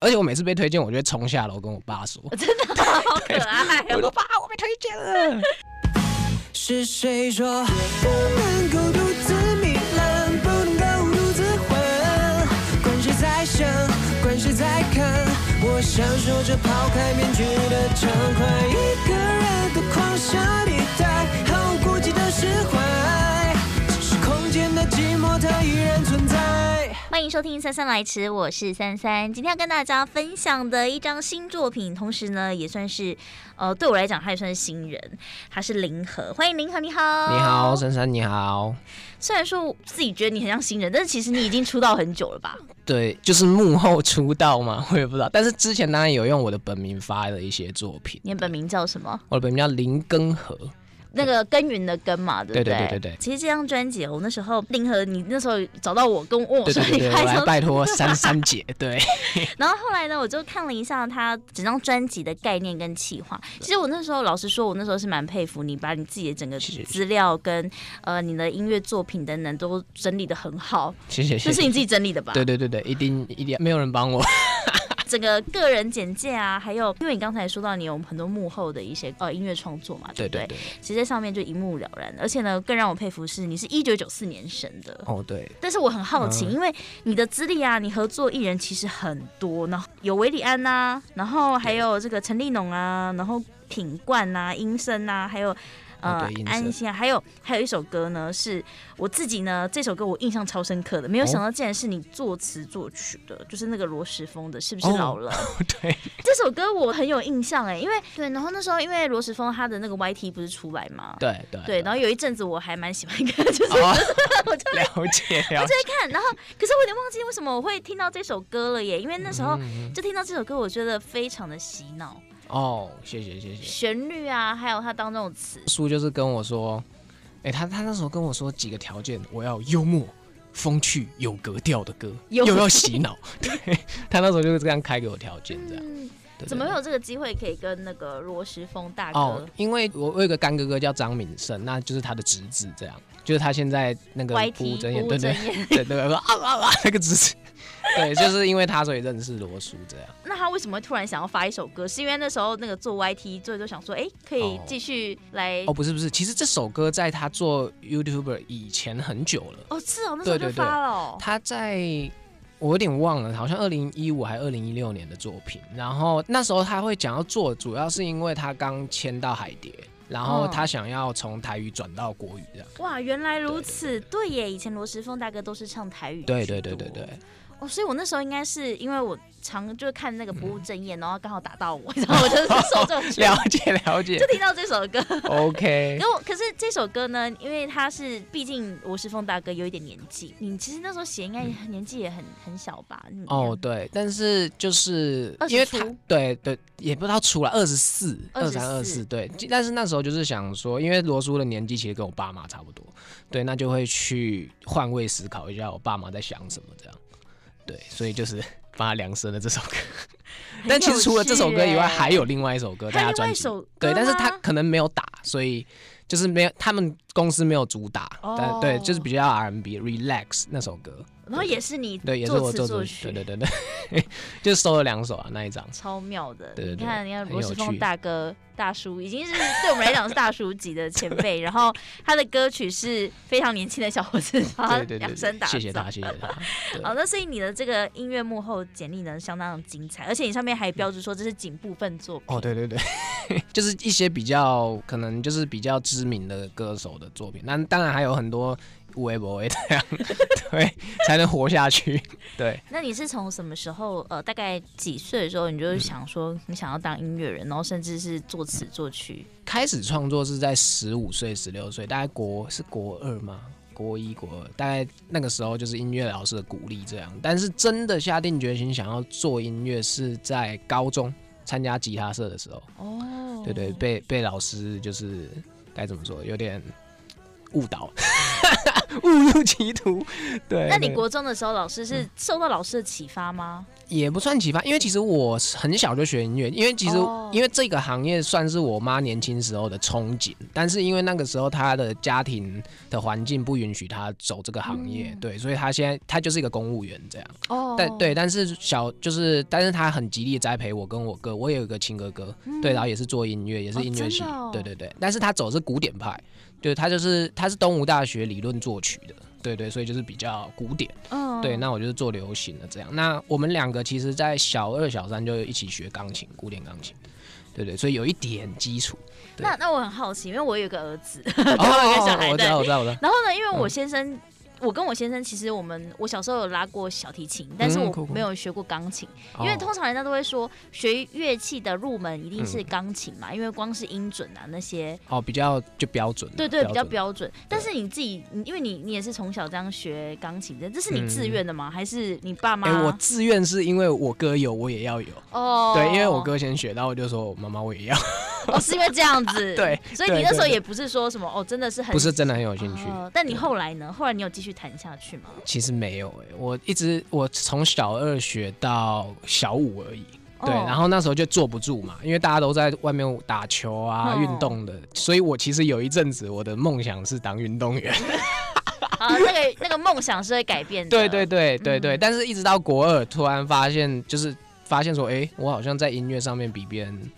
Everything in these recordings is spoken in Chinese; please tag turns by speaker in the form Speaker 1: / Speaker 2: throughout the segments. Speaker 1: 而且我每次被推荐，我就会冲下楼跟我爸说，
Speaker 2: 真的好可爱
Speaker 1: 我
Speaker 2: 哦
Speaker 1: 说！爸，我被推荐了。
Speaker 3: 是谁说不能够独自糜烂，不能够独自混？管谁在想，管谁在看，我享受着抛开面具的畅快，一个人的狂想地带，毫无顾忌的释怀，只是空间的寂寞它依然存在。
Speaker 2: 欢迎收听《三三来迟》，我是三三。今天要跟大家分享的一张新作品，同时呢也算是，呃，对我来讲他也算是新人，他是林和。欢迎林和，你好。
Speaker 1: 你好，。
Speaker 2: 哦
Speaker 1: 珊珊，你好。
Speaker 2: 虽然说我自己觉得你很像新人，但是其实你已经出道很久了吧？
Speaker 1: 对，就是幕后出道嘛， 我也不知道。但是之前当然有用我的本名发了一些作品，
Speaker 2: 你的本名叫什么？
Speaker 1: 我的本名叫林根和，
Speaker 2: 那个耕耘的耕嘛，对不
Speaker 1: 对对对对对
Speaker 2: 其实这张专辑，我那时候林和你那时候找到我，跟我问我
Speaker 1: 对
Speaker 2: 说
Speaker 1: 对
Speaker 2: 你
Speaker 1: 对对，
Speaker 2: 拍
Speaker 1: 我
Speaker 2: 张
Speaker 1: 来拜托珊珊姐， 对，
Speaker 2: 然后后来呢，我就看了一下他整张专辑的概念跟企划。其实我那时候老实说，我那时候是蛮佩服你，把你自己的整个
Speaker 1: 谢谢
Speaker 2: 资料跟呃你的音乐作品等等都整理的很好，
Speaker 1: 谢谢
Speaker 2: 这
Speaker 1: 谢
Speaker 2: 是
Speaker 1: 谢
Speaker 2: 你。自己整理的吧？
Speaker 1: 对对对对，一定一定没有人 帮我，
Speaker 2: 整个个人简介啊，还有因为你刚才说到你有很多幕后的一些呃音乐创作嘛，
Speaker 1: 对
Speaker 2: 不对？
Speaker 1: 对对，
Speaker 2: 其实这上面就一目了然。而且呢，更让我佩服是你是一九九四年生的。
Speaker 1: 哦对，
Speaker 2: 但是我很好奇，
Speaker 1: 嗯
Speaker 2: 因为你的资历啊，你合作艺人其实很多，然后有韦礼安呐、然后还有这个陈立农啊，然后品冠啊呐、音声呐、还有呃
Speaker 1: 哦对音声
Speaker 2: 安心啊，还有还有一首歌呢，是我自己呢这首歌我印象超深刻的，没有
Speaker 1: 哦
Speaker 2: 想到竟然是你作词作曲的，就是那个罗时丰的，是不是
Speaker 1: 哦
Speaker 2: 老了？
Speaker 1: 对，
Speaker 2: 这首歌我很有印象哎，因为对，然后那时候因为罗时丰他的那个 YT 不是出来嘛，
Speaker 1: 对对
Speaker 2: 对，然后有一阵子我还蛮喜欢看， 就是
Speaker 1: 哦，
Speaker 2: 我就
Speaker 1: 了解了解，
Speaker 2: 看，然后可是我有点忘记为什么我会听到这首歌了耶，因为那时候
Speaker 1: 嗯
Speaker 2: 就听到这首歌，我觉得非常的洗脑，
Speaker 1: 哦，谢谢谢谢。
Speaker 2: 旋律啊，还有它当中的词，
Speaker 1: 叔就是跟我说，哎、他他那时候跟我说几个条件，我要幽默、风趣、有格调的歌，
Speaker 2: 有
Speaker 1: 又要洗脑。 对他那时候就是这样开给我条件，这样。
Speaker 2: 嗯，
Speaker 1: 对
Speaker 2: 怎么
Speaker 1: 对
Speaker 2: 会有这个机会可以跟那个罗时丰大哥？
Speaker 1: 哦，因为我我有个干哥哥叫张敏胜，那就是他的侄子，这样，就是他现在那个
Speaker 2: YT
Speaker 1: 不务正业，
Speaker 2: 不务
Speaker 1: 对对
Speaker 2: 正业
Speaker 1: 对对，啊啊 啊，那个侄子，对，就是因为他所以认识罗叔这样。
Speaker 2: 那他为什么会突然想要发一首歌？是因为那时候那个做 YT，所以就想说，哎、可以
Speaker 1: 哦
Speaker 2: 继续来
Speaker 1: 哦，不是不是，其实这首歌在他做 YouTuber 以前很久了。
Speaker 2: 哦是哦，那时候
Speaker 1: 对
Speaker 2: 就
Speaker 1: 对对
Speaker 2: 发了、哦。
Speaker 1: 他在我有点忘了，好像二零一五还二零一六年的作品。然后那时候他会想要做，主要是因为他刚签到海蝶，然后
Speaker 2: 嗯
Speaker 1: 他想要从台语转到国语这样。
Speaker 2: 哇，原来如此，对耶！以前罗时丰大哥都是唱台语，
Speaker 1: 对对对对对，
Speaker 2: 哦，所以我那时候应该是因为我常就看那个不务正业，然后刚好打到我，
Speaker 1: 嗯
Speaker 2: 然后我就是 受这种
Speaker 1: 了解了解
Speaker 2: 就听到 这首歌。
Speaker 1: ，OK
Speaker 2: 可。我可是这首歌呢，因为他是毕竟我是风大哥有一点年纪，你其实那时候写应该也年纪也很很小吧？你
Speaker 1: 嗯哦，，对，但是就是
Speaker 2: 20
Speaker 1: 因为他
Speaker 2: 出
Speaker 1: 对对，也不知道出来二十四、二三、二四，
Speaker 2: 24
Speaker 1: 对。但是那时候就是想说，因为罗叔的年纪其实跟我爸妈差不多，对，那就会去换位思考一下我爸妈在想什么这样，对，所以就是帮他量身的这首歌。但其实除了这首歌以外，
Speaker 2: 很有趣欸
Speaker 1: 还有另外一首歌在
Speaker 2: 还
Speaker 1: 他
Speaker 2: 有另外
Speaker 1: 专
Speaker 2: 一
Speaker 1: 辑，
Speaker 2: 首歌
Speaker 1: 对，但是他
Speaker 2: 吗
Speaker 1: 可能没有打，所以就是没有他们公司没有主打，但对，
Speaker 2: 哦
Speaker 1: 就是比较 R&B relax 那首歌。
Speaker 2: 然后也是你
Speaker 1: 对，也是我
Speaker 2: 作词
Speaker 1: 做主，
Speaker 2: 曲，
Speaker 1: 对对对对， 就收了两首啊那一张。
Speaker 2: 超妙的。
Speaker 1: 对对
Speaker 2: 你
Speaker 1: 对
Speaker 2: 看，你看
Speaker 1: 很
Speaker 2: 罗
Speaker 1: 有
Speaker 2: 时丰
Speaker 1: 趣
Speaker 2: 大哥大叔已经是对我们来讲是大叔级的前 辈，然后他的歌曲是非常年轻的小伙子帮他
Speaker 1: 对对对
Speaker 2: 量
Speaker 1: 对
Speaker 2: 身打
Speaker 1: 对，
Speaker 2: 造。
Speaker 1: 谢谢他，谢谢他。对
Speaker 2: 哦好，那所以你的这个音乐幕后简历呢，相当的精彩，而且你上面还标注说这是仅部分作品。
Speaker 1: 哦，对对对， 就是一些比较可能就是比较知名的歌手的作品，那当然还有很多微博这样， 对，才能活下去。 对，
Speaker 2: 那你是从什么时候，呃，大概几岁的时候，你就想说你想要当音乐人，然后甚至是作词作曲？
Speaker 1: 开始创作是在十五岁、十六岁，大概国是国二吗？国一、国二，大概那个时候就是音乐老师的鼓励这样。但是真的下定决心想要做音乐是在高中参加吉他社的时候。
Speaker 2: 哦
Speaker 1: 对对，， 被被老师就是该怎么说，有点误导，误入歧途。对，
Speaker 2: 那你
Speaker 1: 对
Speaker 2: 国中的时候，老师
Speaker 1: 嗯
Speaker 2: 是受到老师的启发吗？
Speaker 1: 也不算启发，因为其实我很小就学音乐，因为其实、
Speaker 2: 哦
Speaker 1: 因为这个行业算是我妈年轻时候的憧憬，但是因为那个时候她的家庭的环境不允许她走这个行业，
Speaker 2: 嗯
Speaker 1: 对，所以她现在她就是一个公务员这样。
Speaker 2: 哦
Speaker 1: 但对，但是小就是，但是她很极力栽培我跟我哥，我也有一个亲哥哥，对，然后也是做音乐，也是
Speaker 2: 嗯哦
Speaker 1: 音乐系，
Speaker 2: 真的哦
Speaker 1: 对对对，但是他走的是古典派，对他就是他是东吴大学理论作曲的，对对，所以就是比较古典。
Speaker 2: 嗯
Speaker 1: 对，那我就是做流行的这样。那我们两个其实，在小二、小三就一起学钢琴，古典钢琴，对对，所以有一点基 础。对
Speaker 2: 那那我很好奇，因为我有个儿子，
Speaker 1: 哦，
Speaker 2: 个小孩
Speaker 1: 我知道，我知嗯道，我知道。
Speaker 2: 然后呢，因为我先生，我跟我先生其实我们我小时候有拉过小提琴，但是
Speaker 1: 嗯
Speaker 2: 我
Speaker 1: 酷酷
Speaker 2: 没有学过钢琴， 因为
Speaker 1: 哦
Speaker 2: 通常人家都会说学乐器的入门一定是钢琴嘛，
Speaker 1: 嗯
Speaker 2: 因为光是音准啊那些，
Speaker 1: 哦比较就嗯标准了，
Speaker 2: 对对，比较
Speaker 1: 准。
Speaker 2: 标准。但是你自己，你因为你你也是从小这样学钢琴的，这是你
Speaker 1: 嗯
Speaker 2: 自愿的吗？还是你爸妈？
Speaker 1: 哎、我自愿是因为我哥有，我也要有。
Speaker 2: 哦，
Speaker 1: 对，因为我哥先学，然后我就说妈妈我也要，
Speaker 2: 哦是因为这样 子，
Speaker 1: 对
Speaker 2: 所以你
Speaker 1: 对
Speaker 2: 那时候
Speaker 1: 对对
Speaker 2: 也不是说什么哦，真的是很
Speaker 1: 不是真的很有兴趣。
Speaker 2: 哦但你
Speaker 1: 对
Speaker 2: 后来呢？后来你有继续弹下去吗？
Speaker 1: 其实没有哎、我一直我从小二学到小五而已。对，
Speaker 2: 哦
Speaker 1: 然后那时候就坐不住嘛，因为大家都在外面打球啊、
Speaker 2: 嗯
Speaker 1: 运动的，所以我其实有一阵子我的梦想是当运动员。
Speaker 2: 啊，那个那个梦想是会改变的。 嗯
Speaker 1: 对对对对对，但是一直到国二，突然发现就是发现说，哎，我好像在音乐上面比别人，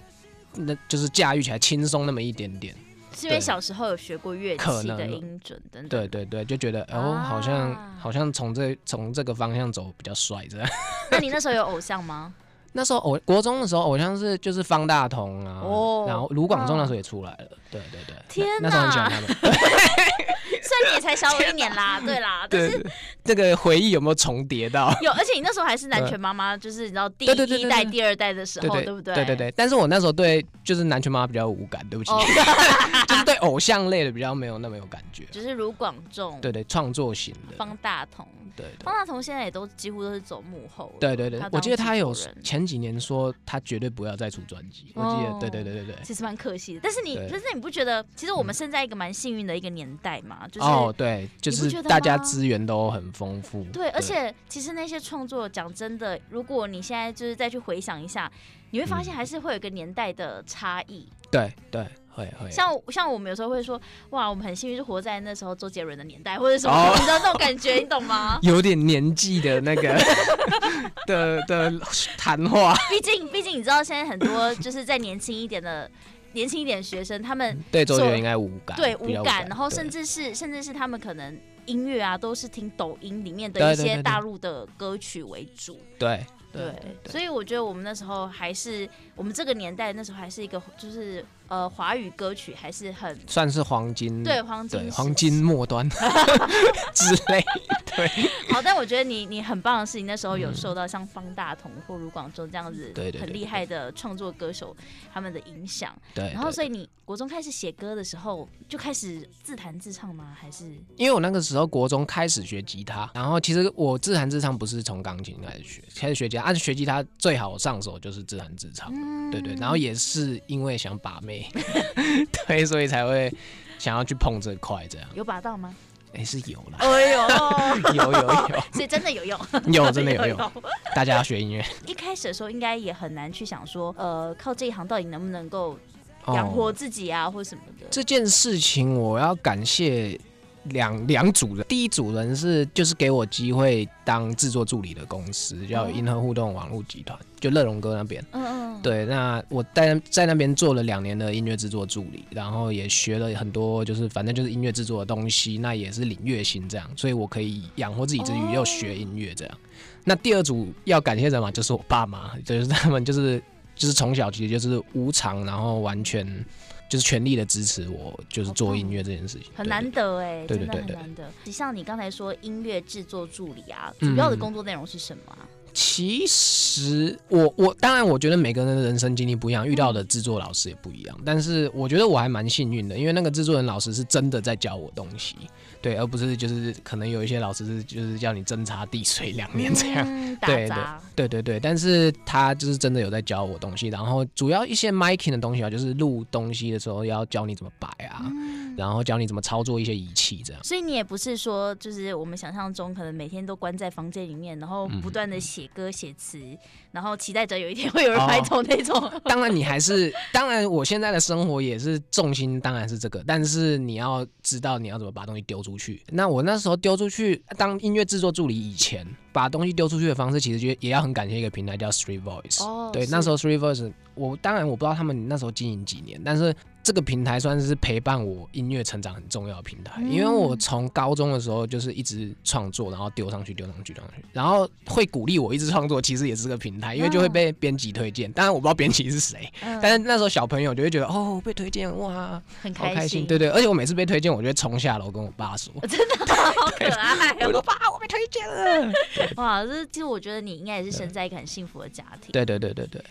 Speaker 1: 那就是驾驭起来轻松那么一点点。
Speaker 2: 是因为
Speaker 1: 对
Speaker 2: 小时候有学过乐
Speaker 1: 可
Speaker 2: 器的
Speaker 1: 能
Speaker 2: 音准等等。
Speaker 1: 对对对，就觉得哦，
Speaker 2: 啊
Speaker 1: 好像好像从这从这个方向走比较帅这样。
Speaker 2: 那你那时候有偶像吗？
Speaker 1: 那时候偶国中的时候，偶像是就是方大同啊，
Speaker 2: 哦啊
Speaker 1: 然后卢广仲那时候也出来了，对对对，
Speaker 2: 天
Speaker 1: 那那时候很喜欢
Speaker 2: 哪
Speaker 1: 他们。
Speaker 2: 虽然你也才小我一年啦，对啦，但
Speaker 1: 对
Speaker 2: 是，
Speaker 1: 这个回忆有没有重叠 到？
Speaker 2: 有，而且你那时候还是南拳妈妈，就是你知道第
Speaker 1: 对对对
Speaker 2: 一
Speaker 1: 对
Speaker 2: 代、
Speaker 1: 对
Speaker 2: 第二代的时候，不对？
Speaker 1: 对对。对，但是我那时候对就是南拳妈妈比较无感，对不起，
Speaker 2: 哦
Speaker 1: 就是对偶像类的比较没有那么有感觉。
Speaker 2: 就是卢广仲、
Speaker 1: 对对，创作型的，
Speaker 2: 方大同，
Speaker 1: 对
Speaker 2: 方大同现在也都几乎都是走幕后了。
Speaker 1: 对对对
Speaker 2: 他
Speaker 1: 对
Speaker 2: 当，
Speaker 1: 我记得他有
Speaker 2: 制作 人
Speaker 1: 前几年说他绝对不要再出专辑，我记
Speaker 2: 哦
Speaker 1: 得，对对对对对。
Speaker 2: 其实蛮可惜的。但是你，
Speaker 1: 对嗯
Speaker 2: 可是你不觉得，其实我们生在一个蛮幸运的一个年代嘛，就是、
Speaker 1: 哦，对，就
Speaker 2: 你不觉
Speaker 1: 是
Speaker 2: 得
Speaker 1: 大家
Speaker 2: 吗
Speaker 1: 资源都很丰富，
Speaker 2: 对，而且其实那些创作，讲真的，如果你现在就是再去回想一下，你会发现还是会有一个年代的差异。
Speaker 1: 对对会会，
Speaker 2: 像像我们有时候会说，哇，我们很幸运是活在那时候周杰伦的年代，或者什么，
Speaker 1: 哦？
Speaker 2: 你知道那种感觉，你懂吗
Speaker 1: 有点年纪的那 个的的谈话，
Speaker 2: 毕竟毕竟你知道，现在很多就是在年轻一点的。年轻一点的学生，他们
Speaker 1: 对周杰
Speaker 2: 做
Speaker 1: 伦应该无感，
Speaker 2: 对
Speaker 1: 比
Speaker 2: 无
Speaker 1: 较
Speaker 2: 感，然后
Speaker 1: 对
Speaker 2: 甚至是甚至是他们可能音乐啊，都是听抖音里面的
Speaker 1: 对
Speaker 2: 一
Speaker 1: 对对
Speaker 2: 些
Speaker 1: 对
Speaker 2: 大陆的歌曲为主。
Speaker 1: 对
Speaker 2: 对，
Speaker 1: 对
Speaker 2: 所以我觉得我们那时候还是我们这个年代那时候还是一个就是呃华语歌曲还是很
Speaker 1: 算是黄金
Speaker 2: 对黄
Speaker 1: 嗯
Speaker 2: 金
Speaker 1: 对
Speaker 2: 时
Speaker 1: 黄金末 端之类，对
Speaker 2: 好，但我觉得你你很棒的是，你那时候有受到像方大同或卢广仲这样子
Speaker 1: 嗯对对对
Speaker 2: 很厉害的创作歌手他们的影响。
Speaker 1: 对。
Speaker 2: 然后，
Speaker 1: 对
Speaker 2: 所以你国中开始写歌的时候，就开始自弹自唱吗？还是
Speaker 1: 因为我那个时候国中开始学吉他，然后其实我自弹自唱不是从钢琴开始学，开始学吉他，按、学吉他最好上手就是自弹自唱，对对，然后也是因为想把妹， 对，所以才会想要去碰这块这样，
Speaker 2: 有把 到吗？
Speaker 1: 哎、是有啦，
Speaker 2: 哎呦，
Speaker 1: 有有有
Speaker 2: 所以真的有用，
Speaker 1: 有真的 有 有，。大家要学音乐，
Speaker 2: 一开始的时候，应该也很难去想说，呃，靠这一行到底能不能够
Speaker 1: 哦
Speaker 2: 养活自己啊，或什么的。
Speaker 1: 这件事情我要感谢两两组人，第一组人是就是给我机会当制作助理的公司，叫
Speaker 2: 哦
Speaker 1: 银河互动网络集团，就乐荣哥那边。
Speaker 2: 嗯嗯，
Speaker 1: 对，那我在在那边做了两年的音乐制作助理，然后也学了很多，就是反正就是音乐制作的东西，那也是领月薪这样，所以我可以养活自己之余
Speaker 2: 哦
Speaker 1: 又学音乐这样。那第二组要感谢的嘛，就是我爸妈，就是他们就是就是从小其实就是无偿，然后完全就是全力的支持我，就是
Speaker 2: 好
Speaker 1: 做
Speaker 2: 棒
Speaker 1: 音乐这件事情，
Speaker 2: 很
Speaker 1: 对
Speaker 2: 难。得哎、
Speaker 1: 对对
Speaker 2: 真的
Speaker 1: 对
Speaker 2: 很
Speaker 1: 对
Speaker 2: 难得。像你刚才说音乐制作助理啊，主要的
Speaker 1: 嗯
Speaker 2: 工作内容是什么、啊？
Speaker 1: 其实我我当然我觉得每个人的人生经历不一样，遇到的制作老师也不一样，但是我觉得我还蛮幸运的，因为那个制作人老师是真的在教我东西，对，而不是就是可能有一些老师是就是叫你侦查地水两年这样。
Speaker 2: 嗯、打
Speaker 1: 对
Speaker 2: 杂，
Speaker 1: 对对对，但是他就是真的有在教我东西，然后主要一些 miking 的东西啊，就是录东西的时候要教你怎么摆啊，然后教你怎么操作一些仪器这样。
Speaker 2: 所以你也不是说，就是我们想象中可能每天都关在房间里面，然后
Speaker 1: 嗯
Speaker 2: 不断的写歌写词，然后期待着有一天会有人
Speaker 1: 哦
Speaker 2: 拍走那种。
Speaker 1: 当然，你还是当然，我现在的生活也是重心当然是这个，但是你要知道你要怎么把东西丢出去。那我那时候丢出去当音乐制作助理以前，把东西丢出去的方式，其实就也要很感谢一个平台叫 Street Voice。
Speaker 2: 哦
Speaker 1: 对，
Speaker 2: 是
Speaker 1: 那时候 Three Voice，我当然我不知道他们那时候经营几年，但是这个平台算是陪伴我音乐成长很重要的平台，
Speaker 2: 嗯
Speaker 1: 因为我从高中的时候就是一直创作，然后丢上去，丢上去，丢上去，然后会鼓励我一直创作，其实也是这个平台，因为就会被编辑推荐，当然我不知道编辑是谁，
Speaker 2: 嗯
Speaker 1: 但是那时候小朋友就会觉得哦被推荐哇
Speaker 2: 很
Speaker 1: 好
Speaker 2: 开
Speaker 1: 开心， 对对，而且我每次被推荐，我就会冲下楼跟我爸说，
Speaker 2: 好可爱
Speaker 1: 我
Speaker 2: 哦、
Speaker 1: 说爸我被推荐了，
Speaker 2: 哇！这其实我觉得你应该也是生在一个很幸福的家庭，
Speaker 1: 对对对对对。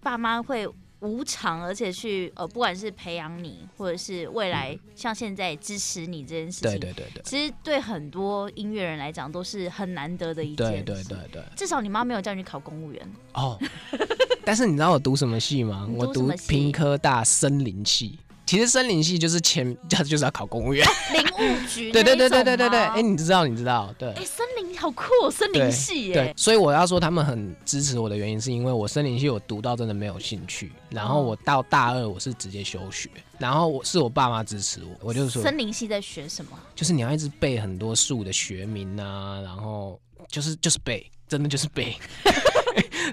Speaker 2: 爸妈会无偿而且去呃，不管是培养你，或者是未来、像现在支持你这件事情，
Speaker 1: 嗯对对对对
Speaker 2: 其实对很多音乐人来讲都是很难得的一件
Speaker 1: 对
Speaker 2: 事。
Speaker 1: 对对对，
Speaker 2: 至少你妈没有叫你去考公务员，
Speaker 1: 哦，但是你知道我读什么系吗？
Speaker 2: 你
Speaker 1: 我
Speaker 2: 读什
Speaker 1: 读
Speaker 2: 么系
Speaker 1: 平科大森林系。其实森林系就是前， 就是要考公务员。
Speaker 2: 林务局
Speaker 1: 对对
Speaker 2: 那
Speaker 1: 对
Speaker 2: 一种
Speaker 1: 对对对对，
Speaker 2: 吗
Speaker 1: 哎，你知道你知道，对
Speaker 2: 哎、森林好酷、哦，森
Speaker 1: 对
Speaker 2: 林系
Speaker 1: 对
Speaker 2: 耶，，
Speaker 1: 所以我要说他们很支持我的原因，是因为我森林系我读到真的没有兴趣，然后我到大二我是直接休学，然后我是我爸妈支持我，我就说
Speaker 2: 森林系在学什么？
Speaker 1: 就是你要一直背很多树的学名啊，然后就是就是背，真的就是背，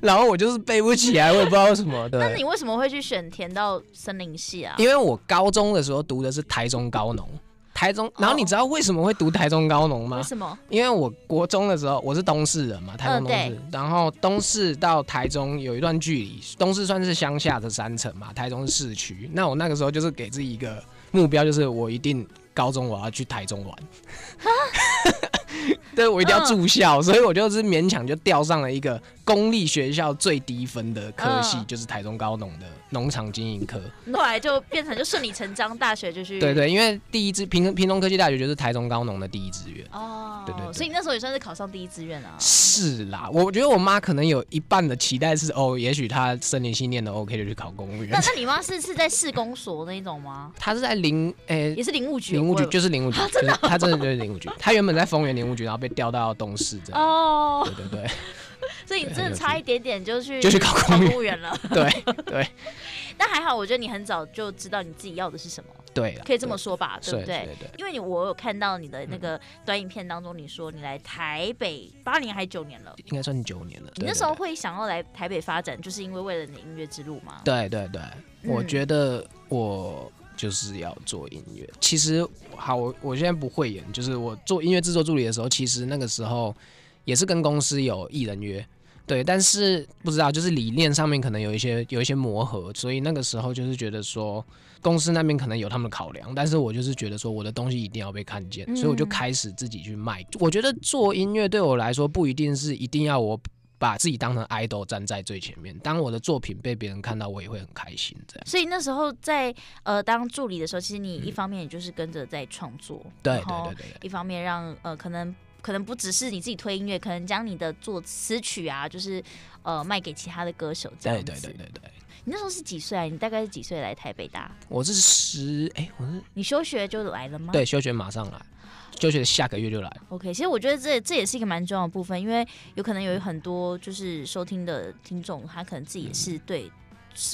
Speaker 1: 然后我就是背不起来，我也不知道为什么。对。
Speaker 2: 那你为什么会去选填到森林系啊？
Speaker 1: 因为我高中的时候读的是台中高农，台中，然后你知道为什么会读台中高农吗
Speaker 2: 为？什么？
Speaker 1: 因为我国中的时候我是东市人嘛，台中
Speaker 2: 嗯
Speaker 1: 东市，然后东市到台中有一段距离，东市算是乡下的山城嘛，台中是市区。那我那个时候就是给自己一个目标，就是我一定高中我要去台中玩， 对我一
Speaker 2: 嗯
Speaker 1: 定要住校，所以我就是勉强就调上了一个公立学校最低分的科系，
Speaker 2: 嗯
Speaker 1: 就是台中高农的农场经营科。
Speaker 2: 后来就变成就顺理成章，大学就去
Speaker 1: 对对，因为第一志屏屏东科技大学就是台中高农的第一志愿。
Speaker 2: 哦，
Speaker 1: 对对对
Speaker 2: 所以你那时候也算是考上第一志愿啊。
Speaker 1: 是啦，我觉得我妈可能有一半的期待是哦，也许她森林系念的 OK 就去考公务员
Speaker 2: 那。那你妈是是在市公所那一种吗？
Speaker 1: 她是在林诶、
Speaker 2: 也是林务局，
Speaker 1: 林务局
Speaker 2: 我也啊
Speaker 1: 就是林务局，就是她真的就是林务局。她原本在丰原林务局，然后被调到东市这样。
Speaker 2: 哦，
Speaker 1: 对对对
Speaker 2: 所以你真的差一点点就去
Speaker 1: 就去考公务员
Speaker 2: 务员了。
Speaker 1: 对对
Speaker 2: 但还好，我觉得你很早就知道你自己要的是什么，
Speaker 1: 对啦，
Speaker 2: 可以这么说吧，
Speaker 1: 对
Speaker 2: 对不
Speaker 1: 对
Speaker 2: 对？
Speaker 1: 对对，
Speaker 2: 因为你我有看到你的
Speaker 1: 嗯
Speaker 2: 那个短影片当中，你说你来台北八年还九年了，
Speaker 1: 应该算九年了。
Speaker 2: 你
Speaker 1: 对
Speaker 2: 那
Speaker 1: 对
Speaker 2: 时候
Speaker 1: 对
Speaker 2: 会想要来台北发展，就是因为为了你的音乐之路吗？
Speaker 1: 嗯对对对，我
Speaker 2: 嗯
Speaker 1: 觉得我就是要做音乐。其实，好，我我现在不会演，就是我做音乐制作助理的时候，其实那个时候也是跟公司有艺人约，对，但是不知道就是理念上面可能有一些有一些磨合，所以那个时候就是觉得说公司那边可能有他们的考量，但是我就是觉得说我的东西一定要被看见，所以我就
Speaker 2: 嗯
Speaker 1: 开始自己去卖。我觉得做音乐对我来说不一定是一定要我把自己当成 idol 站在最前面，当我的作品被别人看到，我也会很开心。这样
Speaker 2: 所以那时候在呃当助理的时候，其实你一方面也就是跟着在创作，
Speaker 1: 嗯对
Speaker 2: 然后
Speaker 1: 对对对对
Speaker 2: 一方面让呃可能可能不只是你自己推音乐，可能将你的作词曲啊，就是呃卖给其他的歌手这样
Speaker 1: 对
Speaker 2: 子。
Speaker 1: 对对对对，
Speaker 2: 你那时候是几岁啊？你大概是几岁来台北大？
Speaker 1: 我是十哎、我是
Speaker 2: 你休学就来了吗？
Speaker 1: 对休学马上来，休学下个月就来。
Speaker 2: OK，其实我觉得这这也是一个蛮重要的部分，因为有可能有很多就是收听的听众，他可能自己也
Speaker 1: 嗯
Speaker 2: 是对。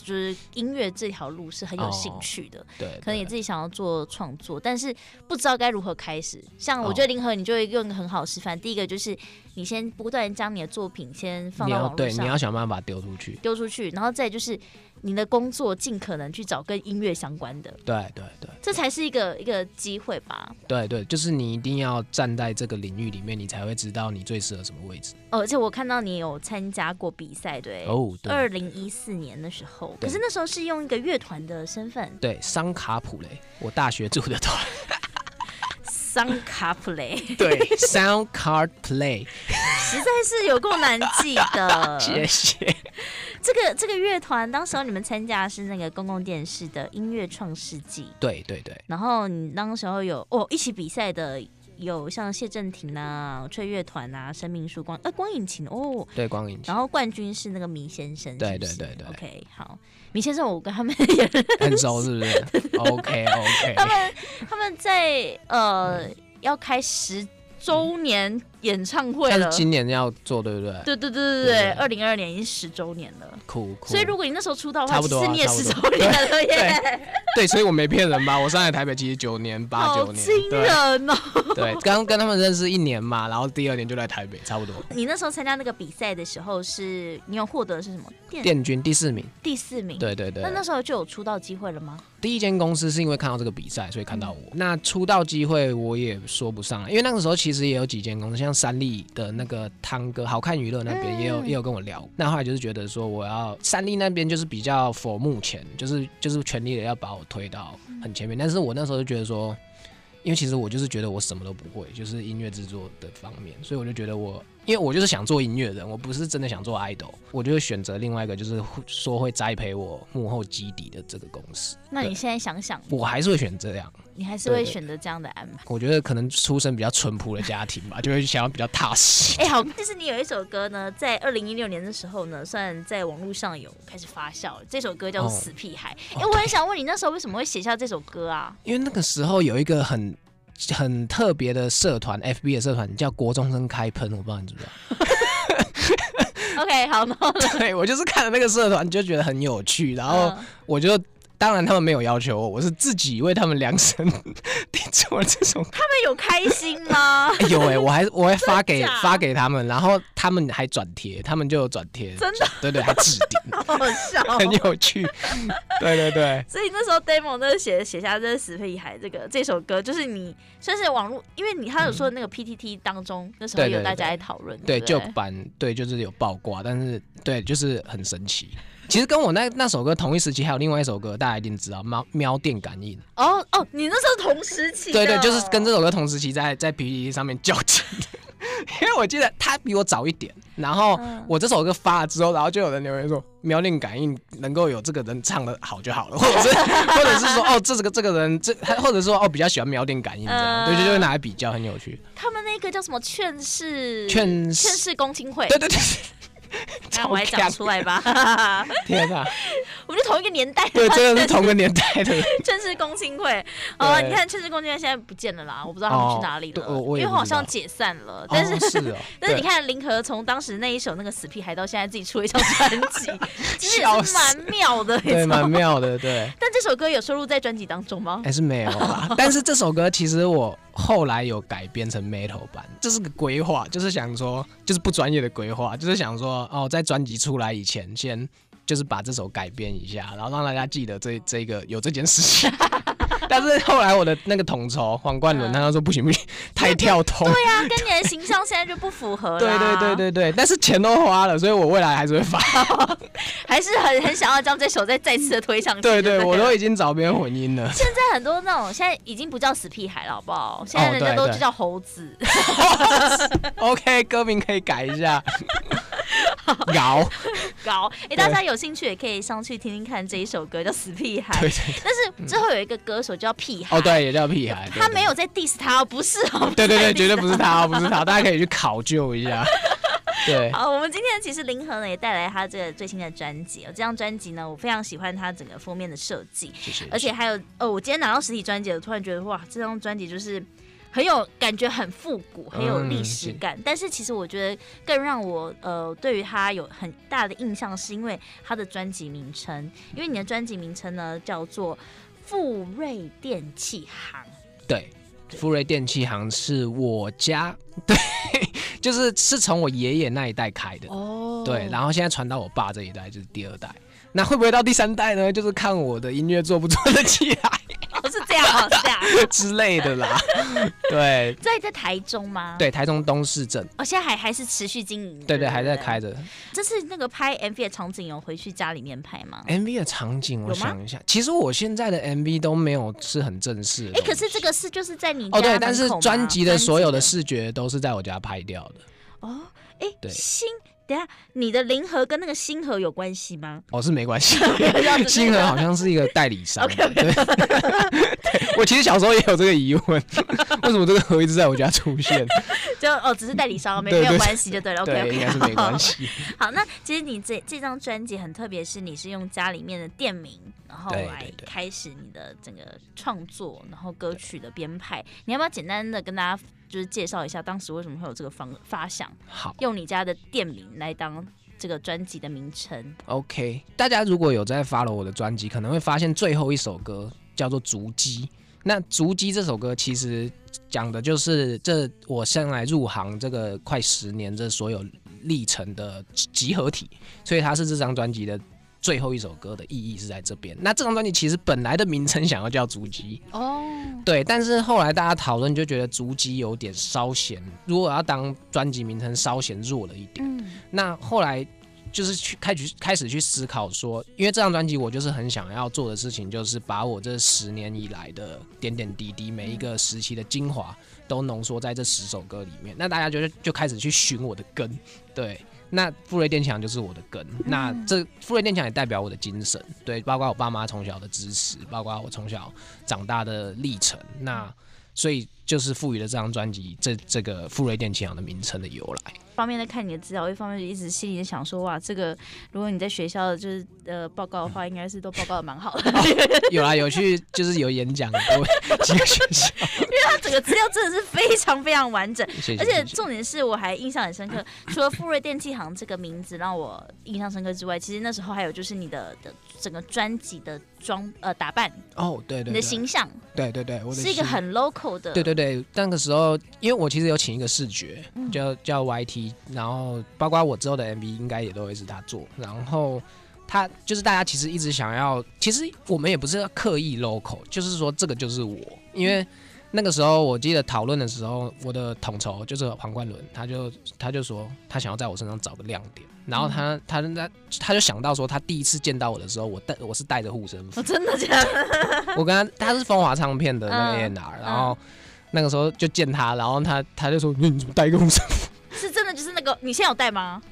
Speaker 2: 就是音乐这条路是很有兴趣的，
Speaker 1: 哦对，
Speaker 2: 可能也
Speaker 1: 对
Speaker 2: 自己想要做创作，但是不知道该如何开始。像
Speaker 1: 哦
Speaker 2: 我觉得林和，你就会用一个很好的示范。第一个就是你先不断地将你的作品先放
Speaker 1: 你
Speaker 2: 到
Speaker 1: 要
Speaker 2: 网络
Speaker 1: 对你
Speaker 2: 上
Speaker 1: 要想办法丢出去。
Speaker 2: 丢出去，然后再就是你的工作尽可能去找跟音乐相关的，
Speaker 1: 对对对
Speaker 2: 这才是一个一个机会吧。
Speaker 1: 对对，就是你一定要站在这个领域里面，你才会知道你最适合什么位置。
Speaker 2: 哦，而且我看到你有参加过比赛，对，
Speaker 1: 哦，
Speaker 2: 二
Speaker 1: 对
Speaker 2: 零一四年的时候，可
Speaker 1: 对
Speaker 2: 是那时候是用一个乐团的身份，
Speaker 1: 对，桑卡普雷，我大学住的团，
Speaker 2: 桑卡普雷，
Speaker 1: 对 ，Sound Card Play，。
Speaker 2: 实在是有够难记 的
Speaker 1: 谢谢。
Speaker 2: 这个这个乐团，当时候你们参加的是那个公共电视的音乐创世纪，
Speaker 1: 对对对。
Speaker 2: 然后你当时候有哦一起比赛的有像谢震廷啊、吹乐团啊、生命树光呃光影琴哦，
Speaker 1: 对，光影
Speaker 2: 然后冠军是那个米先生，
Speaker 1: 对
Speaker 2: 是不是
Speaker 1: 对对对
Speaker 2: ，OK，好，米先生我跟他们 也认
Speaker 1: 很熟 是不是？OK OK，
Speaker 2: 他们他们在呃、要开十周年演唱会
Speaker 1: 但
Speaker 2: 了
Speaker 1: 是，今年要做对不对？
Speaker 2: 对对对对对，二零二二年已经十周年了。
Speaker 1: 酷酷。
Speaker 2: 所以如果你那时候出道的话，
Speaker 1: 差不
Speaker 2: 其
Speaker 1: 多
Speaker 2: 实
Speaker 1: 啊
Speaker 2: 你也
Speaker 1: 差
Speaker 2: 十
Speaker 1: 不
Speaker 2: 周
Speaker 1: 多
Speaker 2: 年了耶，
Speaker 1: 对，所以我没骗人吧？我上来台北其实九年八
Speaker 2: 好
Speaker 1: 九年，
Speaker 2: 惊
Speaker 1: 对
Speaker 2: 人哦！
Speaker 1: 对，刚跟他们认识一年嘛，然后第二年就来台北，差不多。
Speaker 2: 你那时候参加那个比赛的时候是，你有获得的是什么？第
Speaker 1: 殿军第四名，
Speaker 2: 第四名。
Speaker 1: 对对对
Speaker 2: 那。那时候就有出道机会了吗？
Speaker 1: 第一间公司是因为看到这个比赛，所以看到我。那出道机会我也说不上来，因为那个时候其实也有几间公司，像三立的那个汤哥好看娱乐那边
Speaker 2: 嗯
Speaker 1: 也有、也有跟我聊。那后来就是觉得说，我要三立那边就是比较 for 目前，就是就是全力的要把我推到很前面。但是我那时候就觉得说，因为其实我就是觉得我什么都不会，就是音乐制作的方面，所以我就觉得我，因为我就是想做音乐人，我不是真的想做 idol，我就会选择另外一个就是会说会栽培我幕后基底的这个公司。
Speaker 2: 那你
Speaker 1: 对
Speaker 2: 现在想想，
Speaker 1: 我还是会选这样。
Speaker 2: 你还是会
Speaker 1: 对对
Speaker 2: 选择这样的安排？
Speaker 1: 我觉得可能出身比较淳朴的家庭吧，就会想要比较踏实。
Speaker 2: 哎、好，就是你有一首歌呢，在二零一六年的时候呢，算在网络上有开始发酵了。这首歌叫做
Speaker 1: 哦
Speaker 2: 《死屁孩》
Speaker 1: 哦
Speaker 2: 哎、我很想问你，那时候为什么会写下这首 歌啊？
Speaker 1: 因为那个时候有一个很很特别的社团，FB 的社团叫国中生开喷，我不知道你知 不知道。
Speaker 2: OK，好，然 后呢
Speaker 1: 对我就是看了那个社团就觉得很有趣，然后
Speaker 2: 嗯
Speaker 1: 我就。当然，他们没有要求我，我是自己为他们量身定做了这 首歌。
Speaker 2: 他们有开心 吗？
Speaker 1: 哎呦喂、我还我还发给
Speaker 2: 真假
Speaker 1: 发给他们，然后他们还转贴，他们就有转贴，
Speaker 2: 真的，
Speaker 1: 对对，还置 顶，
Speaker 2: 好好笑哦、
Speaker 1: 很有趣。对对对，
Speaker 2: 所以那时候 demo 那写写下这《死屁孩》这个这首歌，就是你算是网络，因为你他有说那个 PTT 当中，那时候
Speaker 1: 对对
Speaker 2: 有
Speaker 1: 对
Speaker 2: 大家在讨论，
Speaker 1: 嗯对
Speaker 2: 不
Speaker 1: 旧版对就是有爆挂，但是对就是很神奇。其实跟我那那首歌同一时期还有另外一首歌，大家一定知道《猫喵电感应》。
Speaker 2: 哦哦，你那时候同时期的，
Speaker 1: 对对，就是跟这首歌同时期在在 PPT 上面较劲的。 因为我记得他比我早一点，然后
Speaker 2: 嗯
Speaker 1: 我这首歌发了之后，然后就有人留言说“喵令感应”能够有这个人唱的好就好了，或者是或者是说哦这个这个人这，或者说哦比较喜欢喵令感应这样，
Speaker 2: 嗯
Speaker 1: 对，就就会拿来比较，很有趣。
Speaker 2: 他们那个叫什么劝世
Speaker 1: 劝世
Speaker 2: 劝世公听会，
Speaker 1: 对对对，
Speaker 2: 哎那我 还
Speaker 1: 超
Speaker 2: 讲
Speaker 1: 强
Speaker 2: 出来 吧，我
Speaker 1: 天啊哪，
Speaker 2: 们就同一个 年代，
Speaker 1: 对，真的是同个年代 的人。
Speaker 2: 劝世公听会。哦，
Speaker 1: 对
Speaker 2: 你看劝世公听会现在不见了啦，我不知道他们去哪里
Speaker 1: 哦对
Speaker 2: 了，
Speaker 1: 我我也
Speaker 2: 因为
Speaker 1: 不知道
Speaker 2: 好像解散了，但是。
Speaker 1: 哦是哦，
Speaker 2: 但是你
Speaker 1: 对
Speaker 2: 看林和从当时那一首那个死屁孩到现在自己出了一张专 辑，其实也
Speaker 1: 笑
Speaker 2: 是
Speaker 1: 死
Speaker 2: 蛮妙的，你
Speaker 1: 对
Speaker 2: 知道
Speaker 1: 蛮
Speaker 2: 吗？
Speaker 1: 妙的， 对。
Speaker 2: 但这首歌有收录在专辑当 中吗？
Speaker 1: 还是没有啦。但是这首歌其实我后来有改编成 metal 版，这是个规划，就是想说，就是不专业的规划，就是想说，哦，在专辑出来以前，先就是把这首改编一下，然后让大家记得这这个有这件事 情。但是后来我的那个统筹黄冠伦，
Speaker 2: 嗯
Speaker 1: 他就说不行不行，太跳通。
Speaker 2: 对呀、跟你的形象现在就不符合啦。
Speaker 1: 对啊对对，对对，但是钱都花了，所以我未来还是会 发。
Speaker 2: 还是很很想要将这首再再次的推上去。
Speaker 1: 对对，
Speaker 2: 不
Speaker 1: 我都已经找别人混音了。
Speaker 2: 现在很多那种现在已经不叫死屁孩了，好不好？现在人家
Speaker 1: 对
Speaker 2: 都
Speaker 1: 哦对
Speaker 2: 就叫猴子。
Speaker 1: OK，歌名可以改一 下，搞。
Speaker 2: 高。哎、大家有兴趣也可以上去听听看这一首歌叫《死屁孩
Speaker 1: 对》，对嗯
Speaker 2: 但是最后有一个歌手叫屁孩，
Speaker 1: 哦，对，也叫屁孩。对
Speaker 2: 他没。有在 diss 他哦，不是哦，
Speaker 1: 对对对对，绝对
Speaker 2: 不
Speaker 1: 不是他，不是他，大家可以去考究一 下。对
Speaker 2: 是。，好，我们今天其实林恒呢也带来他这个最新的专辑哦，这张专辑呢我非常喜欢它整个封面的设计，
Speaker 1: 谢谢。
Speaker 2: 而且还有哦，我今天拿到实体专辑，我突然觉得哇，这张专辑就是很有感觉，很复古，很
Speaker 1: 嗯
Speaker 2: 有历史感。但是其实我觉得更让我呃对于他有很大的印象，是因为他的专辑名称，因为你的专辑名称呢叫做富瑞电器行。
Speaker 1: 对，富瑞电器行是我家， 对，就是是从我爷爷那一代开的，
Speaker 2: 哦
Speaker 1: 对，然后现在传到我爸这一代，就是第二代。那会不会到第三代呢？就是看我的音乐做不做得起来
Speaker 2: 哦是这样，哦是这样。
Speaker 1: 之类的啦。对
Speaker 2: 在在台中吗？，
Speaker 1: 对，台中东市镇，
Speaker 2: 哦，现在还还是持续经营。
Speaker 1: 对
Speaker 2: 不
Speaker 1: 对，还在开。着。
Speaker 2: 这次那个拍 MV 的场景有回去家里面拍吗？
Speaker 1: MV 的场景，我
Speaker 2: 有吗
Speaker 1: 想一下，其实我现在的 MV 都没有是很正式的
Speaker 2: 哎、
Speaker 1: 东西。
Speaker 2: 可是这个是就是在你家
Speaker 1: 哦，对，
Speaker 2: 门
Speaker 1: 但是
Speaker 2: 口吗
Speaker 1: 专辑的所有的
Speaker 2: 专辑
Speaker 1: 视觉都是在我家拍掉的。
Speaker 2: 哦，哎、
Speaker 1: 对
Speaker 2: 新等一下你的零和跟那个星和有关系吗？
Speaker 1: 哦，是没关 系。
Speaker 2: 样子
Speaker 1: 星河好像是一个代理商。 对对我其实小时候也有这个疑问，为什么这个盒一直在我家出现？
Speaker 2: 就哦，只是代理商，没
Speaker 1: 对
Speaker 2: 没
Speaker 1: 对
Speaker 2: 有关系就 对了。OK
Speaker 1: 对，应
Speaker 2: OK，
Speaker 1: 该是没关系。
Speaker 2: 好，那其实你这这张专辑很特别，是你是用家里面的店名，然后
Speaker 1: 对
Speaker 2: 来
Speaker 1: 对对
Speaker 2: 开始你的整个创作，然后歌曲的编排。你要不要简单的跟大家就是介绍一下，当时为什么会有这个方发想，
Speaker 1: 好。
Speaker 2: 用你家的店名来当这个专辑的名称？
Speaker 1: OK，大家如果有在 follow 我的专辑，可能会发现最后一首歌叫做《足迹》。那《足迹》这首歌其实讲的就是这我上来入行这个快十年这所有历程的集合体，所以它是这张专辑的最后一首歌的意义是在这边。那这张专辑其实本来的名称想要叫《足迹》，
Speaker 2: 哦，
Speaker 1: 对，但是后来大家讨论就觉得足迹有点稍显，如果要当专辑名称稍显弱了一点。
Speaker 2: 嗯，
Speaker 1: 那后来就是去开始开始去思考说，因为这张专辑我就是很想要做的事情，就是把我这十年以来的点点滴滴，每一个时期的精华都浓缩在这十首歌里面。那大家就就开始去寻我的根，对。那富瑞电强就是我的根，那这富瑞电强也代表我的精神，对，包括我爸妈从小的支持，包括我从小长大的历程，那所以就是赋予了这张专辑这这个富瑞电强的名称的由来。
Speaker 2: 方面在看你的资料，一方面就一直心里想说，哇，这个如果你在学校就是呃报告的话，应该是都报告的蛮好 的。
Speaker 1: 有啦，有去就是有 演讲过几个学校，
Speaker 2: 它整个资料真的是非常非常完整，
Speaker 1: 谢谢。
Speaker 2: 而且
Speaker 1: 谢谢
Speaker 2: 重点是我还印象很深刻，除了富瑞电器行这个名字让我印象深刻之外，其实那时候还有就是你的的整个专辑的装呃打扮，
Speaker 1: 哦，对对，
Speaker 2: 你的形象
Speaker 1: 对对对，我的
Speaker 2: 是一个
Speaker 1: 心
Speaker 2: 很 local 的，
Speaker 1: 对对对，那个时候因为我其实有请一个视觉，叫叫 YT，然后包括我之后的 MV 应该也都会是他做，然后。他就是大家其实一直想要，其实我们也不是要刻意 local，就是说这个就是我，因为那个时候我记得讨论的时候，我的统筹就是黄冠伦，他就他就说他想要在我身上找个亮点，然后他、他他他就想到说他第一次见到我的时候，我带我是带着护身符，
Speaker 2: 我哦真的 这样，
Speaker 1: 我跟他他是风华唱片的那个
Speaker 2: 嗯
Speaker 1: A R，然后那个时候就见他，然后他他就说你怎么带一个护身符？
Speaker 2: 是真的就是那个，你现在有戴吗？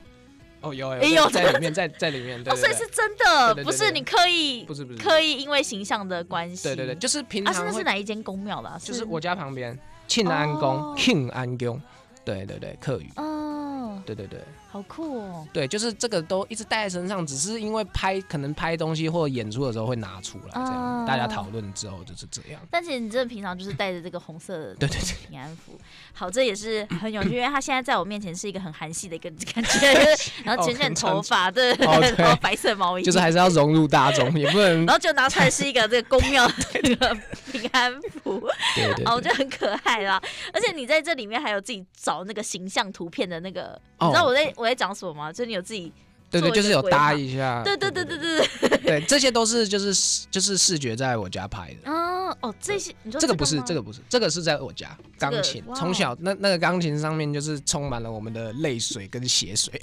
Speaker 1: 哦有
Speaker 2: 哎有
Speaker 1: 在在里面在在里面，对
Speaker 2: 哦，所
Speaker 1: 对
Speaker 2: 以
Speaker 1: 对
Speaker 2: 是，真的，
Speaker 1: 对对对对
Speaker 2: 不是你刻意
Speaker 1: 不是不是，
Speaker 2: 刻意因为形象的关系，
Speaker 1: 对对对，就是平
Speaker 2: 啊，是那
Speaker 1: 常
Speaker 2: 是
Speaker 1: 会
Speaker 2: 哪一间公庙啊啦？
Speaker 1: 就是我家旁边庆安宫
Speaker 2: 哦
Speaker 1: 庆安宫，对对对客语，
Speaker 2: 哦，
Speaker 1: 对对对
Speaker 2: 好酷哦，
Speaker 1: 对，就是这个都一直带在身上，只是因为拍可能拍东西或演出的时候会拿出来，这样
Speaker 2: 哦
Speaker 1: 大家讨论之后就是这样。
Speaker 2: 但其实你真的平常就是带着这个红色的
Speaker 1: 对对对
Speaker 2: 平安符，好，这也是很有趣，因为他现在在我面前是一个很韩系的一个 感觉，然后卷卷头发，对，
Speaker 1: 哦对
Speaker 2: 然后白色毛衣，
Speaker 1: 就是还是要融入大 众，也不能
Speaker 2: 然后就拿出来是一个这个宫 庙的这个平安符，
Speaker 1: 对对对
Speaker 2: 哦，我觉得很可爱啦。而且你在这里面还有自己找那个形象图片的那个，
Speaker 1: 哦
Speaker 2: 你知道我在我在讲什么吗？就是你有自己，
Speaker 1: 对对，
Speaker 2: 做一
Speaker 1: 就是
Speaker 2: 个
Speaker 1: 有
Speaker 2: 规
Speaker 1: 搭
Speaker 2: 划
Speaker 1: 一下。
Speaker 2: 对对对对对对，
Speaker 1: 啊对，这些都是就是视就是视觉在我家拍的。
Speaker 2: 哦哦，这些你说
Speaker 1: 呃这个不是，
Speaker 2: 吗
Speaker 1: 这个不是，这个是在我家
Speaker 2: 这
Speaker 1: 钢
Speaker 2: 个
Speaker 1: 琴，
Speaker 2: 哇哦
Speaker 1: 从小那那个钢琴上面就是充满了我们的泪水跟血水，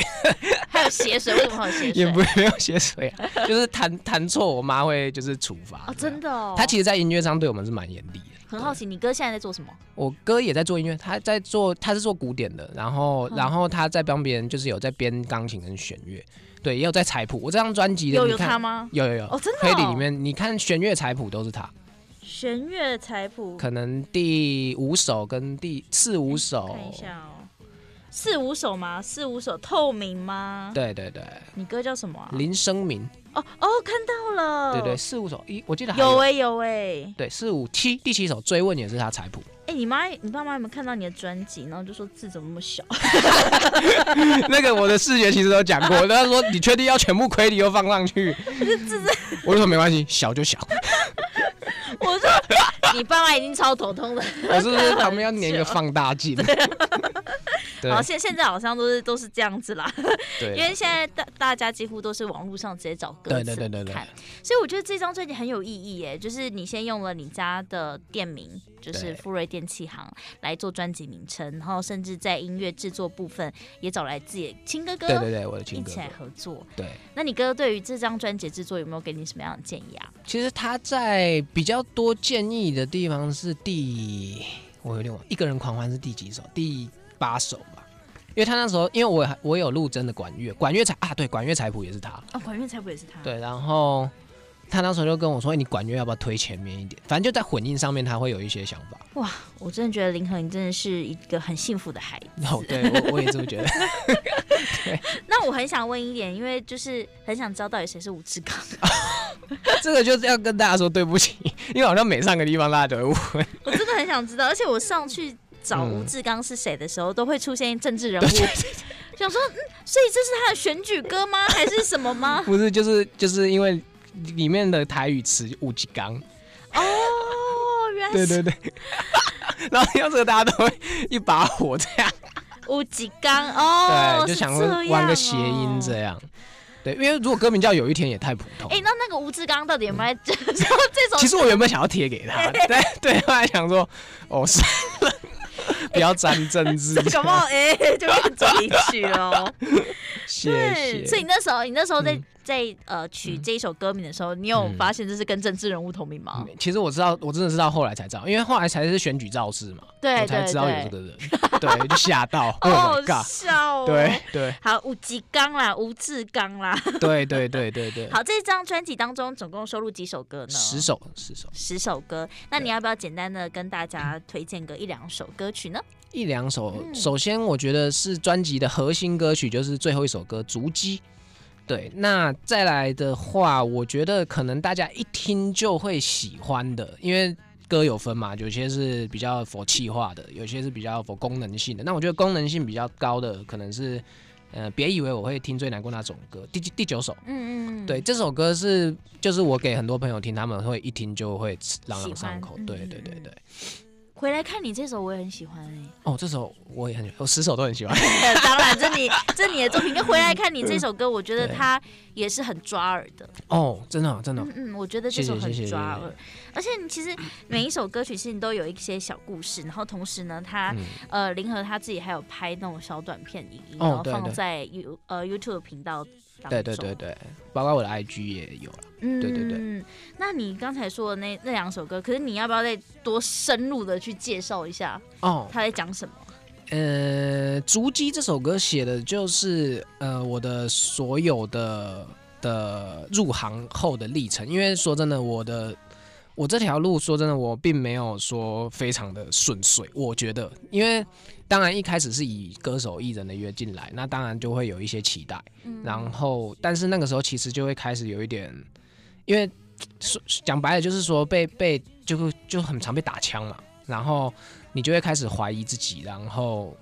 Speaker 2: 还有血水，为什么还有血水？
Speaker 1: 也不没有血水啊，就是弹弹错，我妈会就是处罚。
Speaker 2: 哦，真
Speaker 1: 的，
Speaker 2: 的哦，
Speaker 1: 她其实，在音乐上对我们是蛮严厉的。
Speaker 2: 很好奇你哥现在在做什么。
Speaker 1: 我哥也在做音乐，他在做他是做古典的，然后
Speaker 2: 嗯
Speaker 1: 然后他在帮别人就是有在编钢琴跟弦乐，对，也有在采谱。我这张专辑的
Speaker 2: 有
Speaker 1: 你
Speaker 2: 有
Speaker 1: 看
Speaker 2: 他吗？
Speaker 1: 有有有
Speaker 2: 哦，真的、
Speaker 1: 黑
Speaker 2: 哦。
Speaker 1: 底里面你看弦乐采谱都是他。
Speaker 2: 弦乐彩谱，
Speaker 1: 可能第五首跟第四五首，
Speaker 2: 嗯看一下哦。四五首吗？四五首透明吗？
Speaker 1: 对对对，
Speaker 2: 你歌叫什么啊？
Speaker 1: 林声明，
Speaker 2: 哦哦，看到了。
Speaker 1: 对对，四五首，一我记得还
Speaker 2: 有
Speaker 1: 有
Speaker 2: 哎、有哎、欸。
Speaker 1: 对四五七第七首追问也是他 采谱，
Speaker 2: 哎、你妈你爸妈有没有看到你的专辑？然后就说字怎么那么 小？
Speaker 1: 那个我的视觉其实都讲过，他说你确定要全部亏你又放上去， 我就说没关系，小就 小，
Speaker 2: 我说 你爸妈已经超头痛了。
Speaker 1: 我是不是旁边要粘一个放大 镜？ 对
Speaker 2: 好，现现在好像都是都是这样子啦，因为
Speaker 1: 对
Speaker 2: 现在大大家几乎都是网络上直接找歌
Speaker 1: 对
Speaker 2: 词
Speaker 1: 对对对对
Speaker 2: 看，所以我觉得这张专辑很有意义耶，就是你先用了你家的店名，就是
Speaker 1: 对
Speaker 2: 富瑞电器行来做专辑名称，然后甚至在音乐制作部分也找来自己的亲哥哥
Speaker 1: 对对对，我的
Speaker 2: 一
Speaker 1: 亲哥
Speaker 2: 起
Speaker 1: 哥
Speaker 2: 来，合作。
Speaker 1: 对。
Speaker 2: 那你哥哥对于这张专辑制作有没有给你什么样的建议啊？
Speaker 1: 其实他在比较多建议的地方是第，我有点忘，一个人狂欢是第几首？第八首吧。因为他那时候，因为我我有录真的管乐，管乐才啊，对，管乐才谱也是他，
Speaker 2: 哦，管乐才不也是他？，
Speaker 1: 对，然后他那时候就跟我说，欸你管乐要不要推前面一点？反正就在混音上面，他会有一些想法。
Speaker 2: 哇，我真的觉得林恒你真的是一个很幸福的孩子。
Speaker 1: 哦， 对我我也这么觉得。
Speaker 2: 那我很想问一点，因为就是很想知道到底谁是吴志刚。
Speaker 1: 这个就是要跟大家说对不起，因为好像每上个地方大家都会误会。
Speaker 2: 我真的很想知道，而且我上去找
Speaker 1: 嗯
Speaker 2: 吴志刚是谁的时候，都会出现政治人物， 想说，嗯，所以这是他的选举歌吗？还是什么 吗？
Speaker 1: 不是，就是就是因为里面的台语词“五级刚
Speaker 2: 哦，”，原来
Speaker 1: 对
Speaker 2: 是
Speaker 1: 对对。 然后听到这个，大家都会一把火这样，
Speaker 2: 吴志刚哦，
Speaker 1: 对，就是想
Speaker 2: 这样
Speaker 1: 玩个谐音
Speaker 2: 哦
Speaker 1: 这样。对，因为如果歌名叫《有一天》也太普通。
Speaker 2: 哎、那那个吴志刚到底有没有在 说这首？
Speaker 1: 嗯其实我原本想要贴给他，对对，后来想说，哦，算了，不要
Speaker 2: 哎
Speaker 1: 沾政治。
Speaker 2: 搞不好哎、 就变主题曲哦。
Speaker 1: 谢
Speaker 2: 对，
Speaker 1: 谢。
Speaker 2: 所以你那时候，你那时候在、
Speaker 1: 嗯
Speaker 2: 在呃取这一首歌名的时候，你有
Speaker 1: 嗯
Speaker 2: 发现这是跟政治人物同名吗？
Speaker 1: 嗯其实我知道，我真的是到后来才知道，因为后来才是选举造势嘛，
Speaker 2: 对
Speaker 1: 我才
Speaker 2: 对
Speaker 1: 知道有
Speaker 2: 对
Speaker 1: 这个人，对，就吓 到，Oh my
Speaker 2: 好
Speaker 1: god，
Speaker 2: 笑哦。
Speaker 1: 对。对
Speaker 2: 好，吴志刚啦，吴志刚啦。
Speaker 1: 对对对对对，
Speaker 2: 好，这张专辑当中总共收录几首歌呢？
Speaker 1: 十首十首，
Speaker 2: 十首歌。那你
Speaker 1: 对
Speaker 2: 要不要简单的跟大家推荐个一两首歌曲呢？
Speaker 1: 一两首。
Speaker 2: 嗯
Speaker 1: 首先，我觉得是专辑的核心歌曲，就是最后一首歌《足迹》。对，那再来的话，我觉得可能大家一听就会喜欢的，因为歌有分嘛，有些是比较佛气化的，有些是比较佛功能性的。那我觉得功能性比较高的，可能是呃，别以为我会听最难过那种歌，第第九首。
Speaker 2: 嗯嗯，嗯
Speaker 1: 对，，这首歌是就是我给很多朋友听，他们会一听就会朗朗上口
Speaker 2: 喜欢。
Speaker 1: 对
Speaker 2: 嗯
Speaker 1: 对对
Speaker 2: 嗯
Speaker 1: 对，
Speaker 2: 回来看你这首我也很喜欢哎、
Speaker 1: 哦，这首我也很，我十首都很喜欢。
Speaker 2: 当然，这你 这你的作品，跟回来看你这首歌，我觉得
Speaker 1: 对
Speaker 2: 它也是很抓耳的。
Speaker 1: 哦，真的、哦、真的哦、
Speaker 2: 嗯嗯，我觉得这首很
Speaker 1: 谢谢谢谢
Speaker 2: 抓耳，而且你其实每一首歌曲其实都有一些小故事，然后同时呢，他、
Speaker 1: 嗯
Speaker 2: 呃林和他自己还有拍那种小短片影音，
Speaker 1: 哦
Speaker 2: 然后
Speaker 1: 对
Speaker 2: 放
Speaker 1: 对
Speaker 2: 在 You 呃 YouTube 频道当中。
Speaker 1: 对对对对，包括我的 IG 也有了。
Speaker 2: 嗯，
Speaker 1: 对对对
Speaker 2: 那你刚才说的那那两首歌，可是你要不要再多深入的去介绍一下
Speaker 1: 哦，
Speaker 2: 他在讲什么？
Speaker 1: 呃，《足迹》这首歌写的就是呃我的所有的的入行后的历程，因为说真的，我的我这条路说真的，我并没有说非常的顺遂，我觉得，因为当然一开始是以歌手艺人的约进来，那当然就会有一些期待。
Speaker 2: 嗯
Speaker 1: 然后，但是那个时候其实就会开始有一点，因为说讲白了就是说被被就会就很常被打枪嘛，然后你就会开始怀疑自己，然后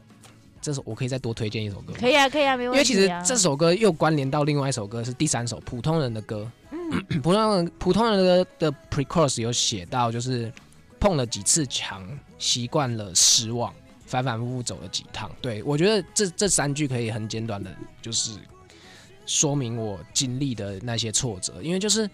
Speaker 1: 这首我可以再多推荐一首歌吗，
Speaker 2: 可以啊，可以啊，没
Speaker 1: 因
Speaker 2: 问题、啊。
Speaker 1: 为其实这首歌又关联到另外一首歌是第三首普通人的歌，
Speaker 2: 嗯
Speaker 1: 普通人普通人的歌的 p r e c o r s 有写到就是碰了几次墙，习惯了失望，反反复复走了几趟。对我觉得这这三句可以很简短的，就是说明我经历的那些挫折，因为就是。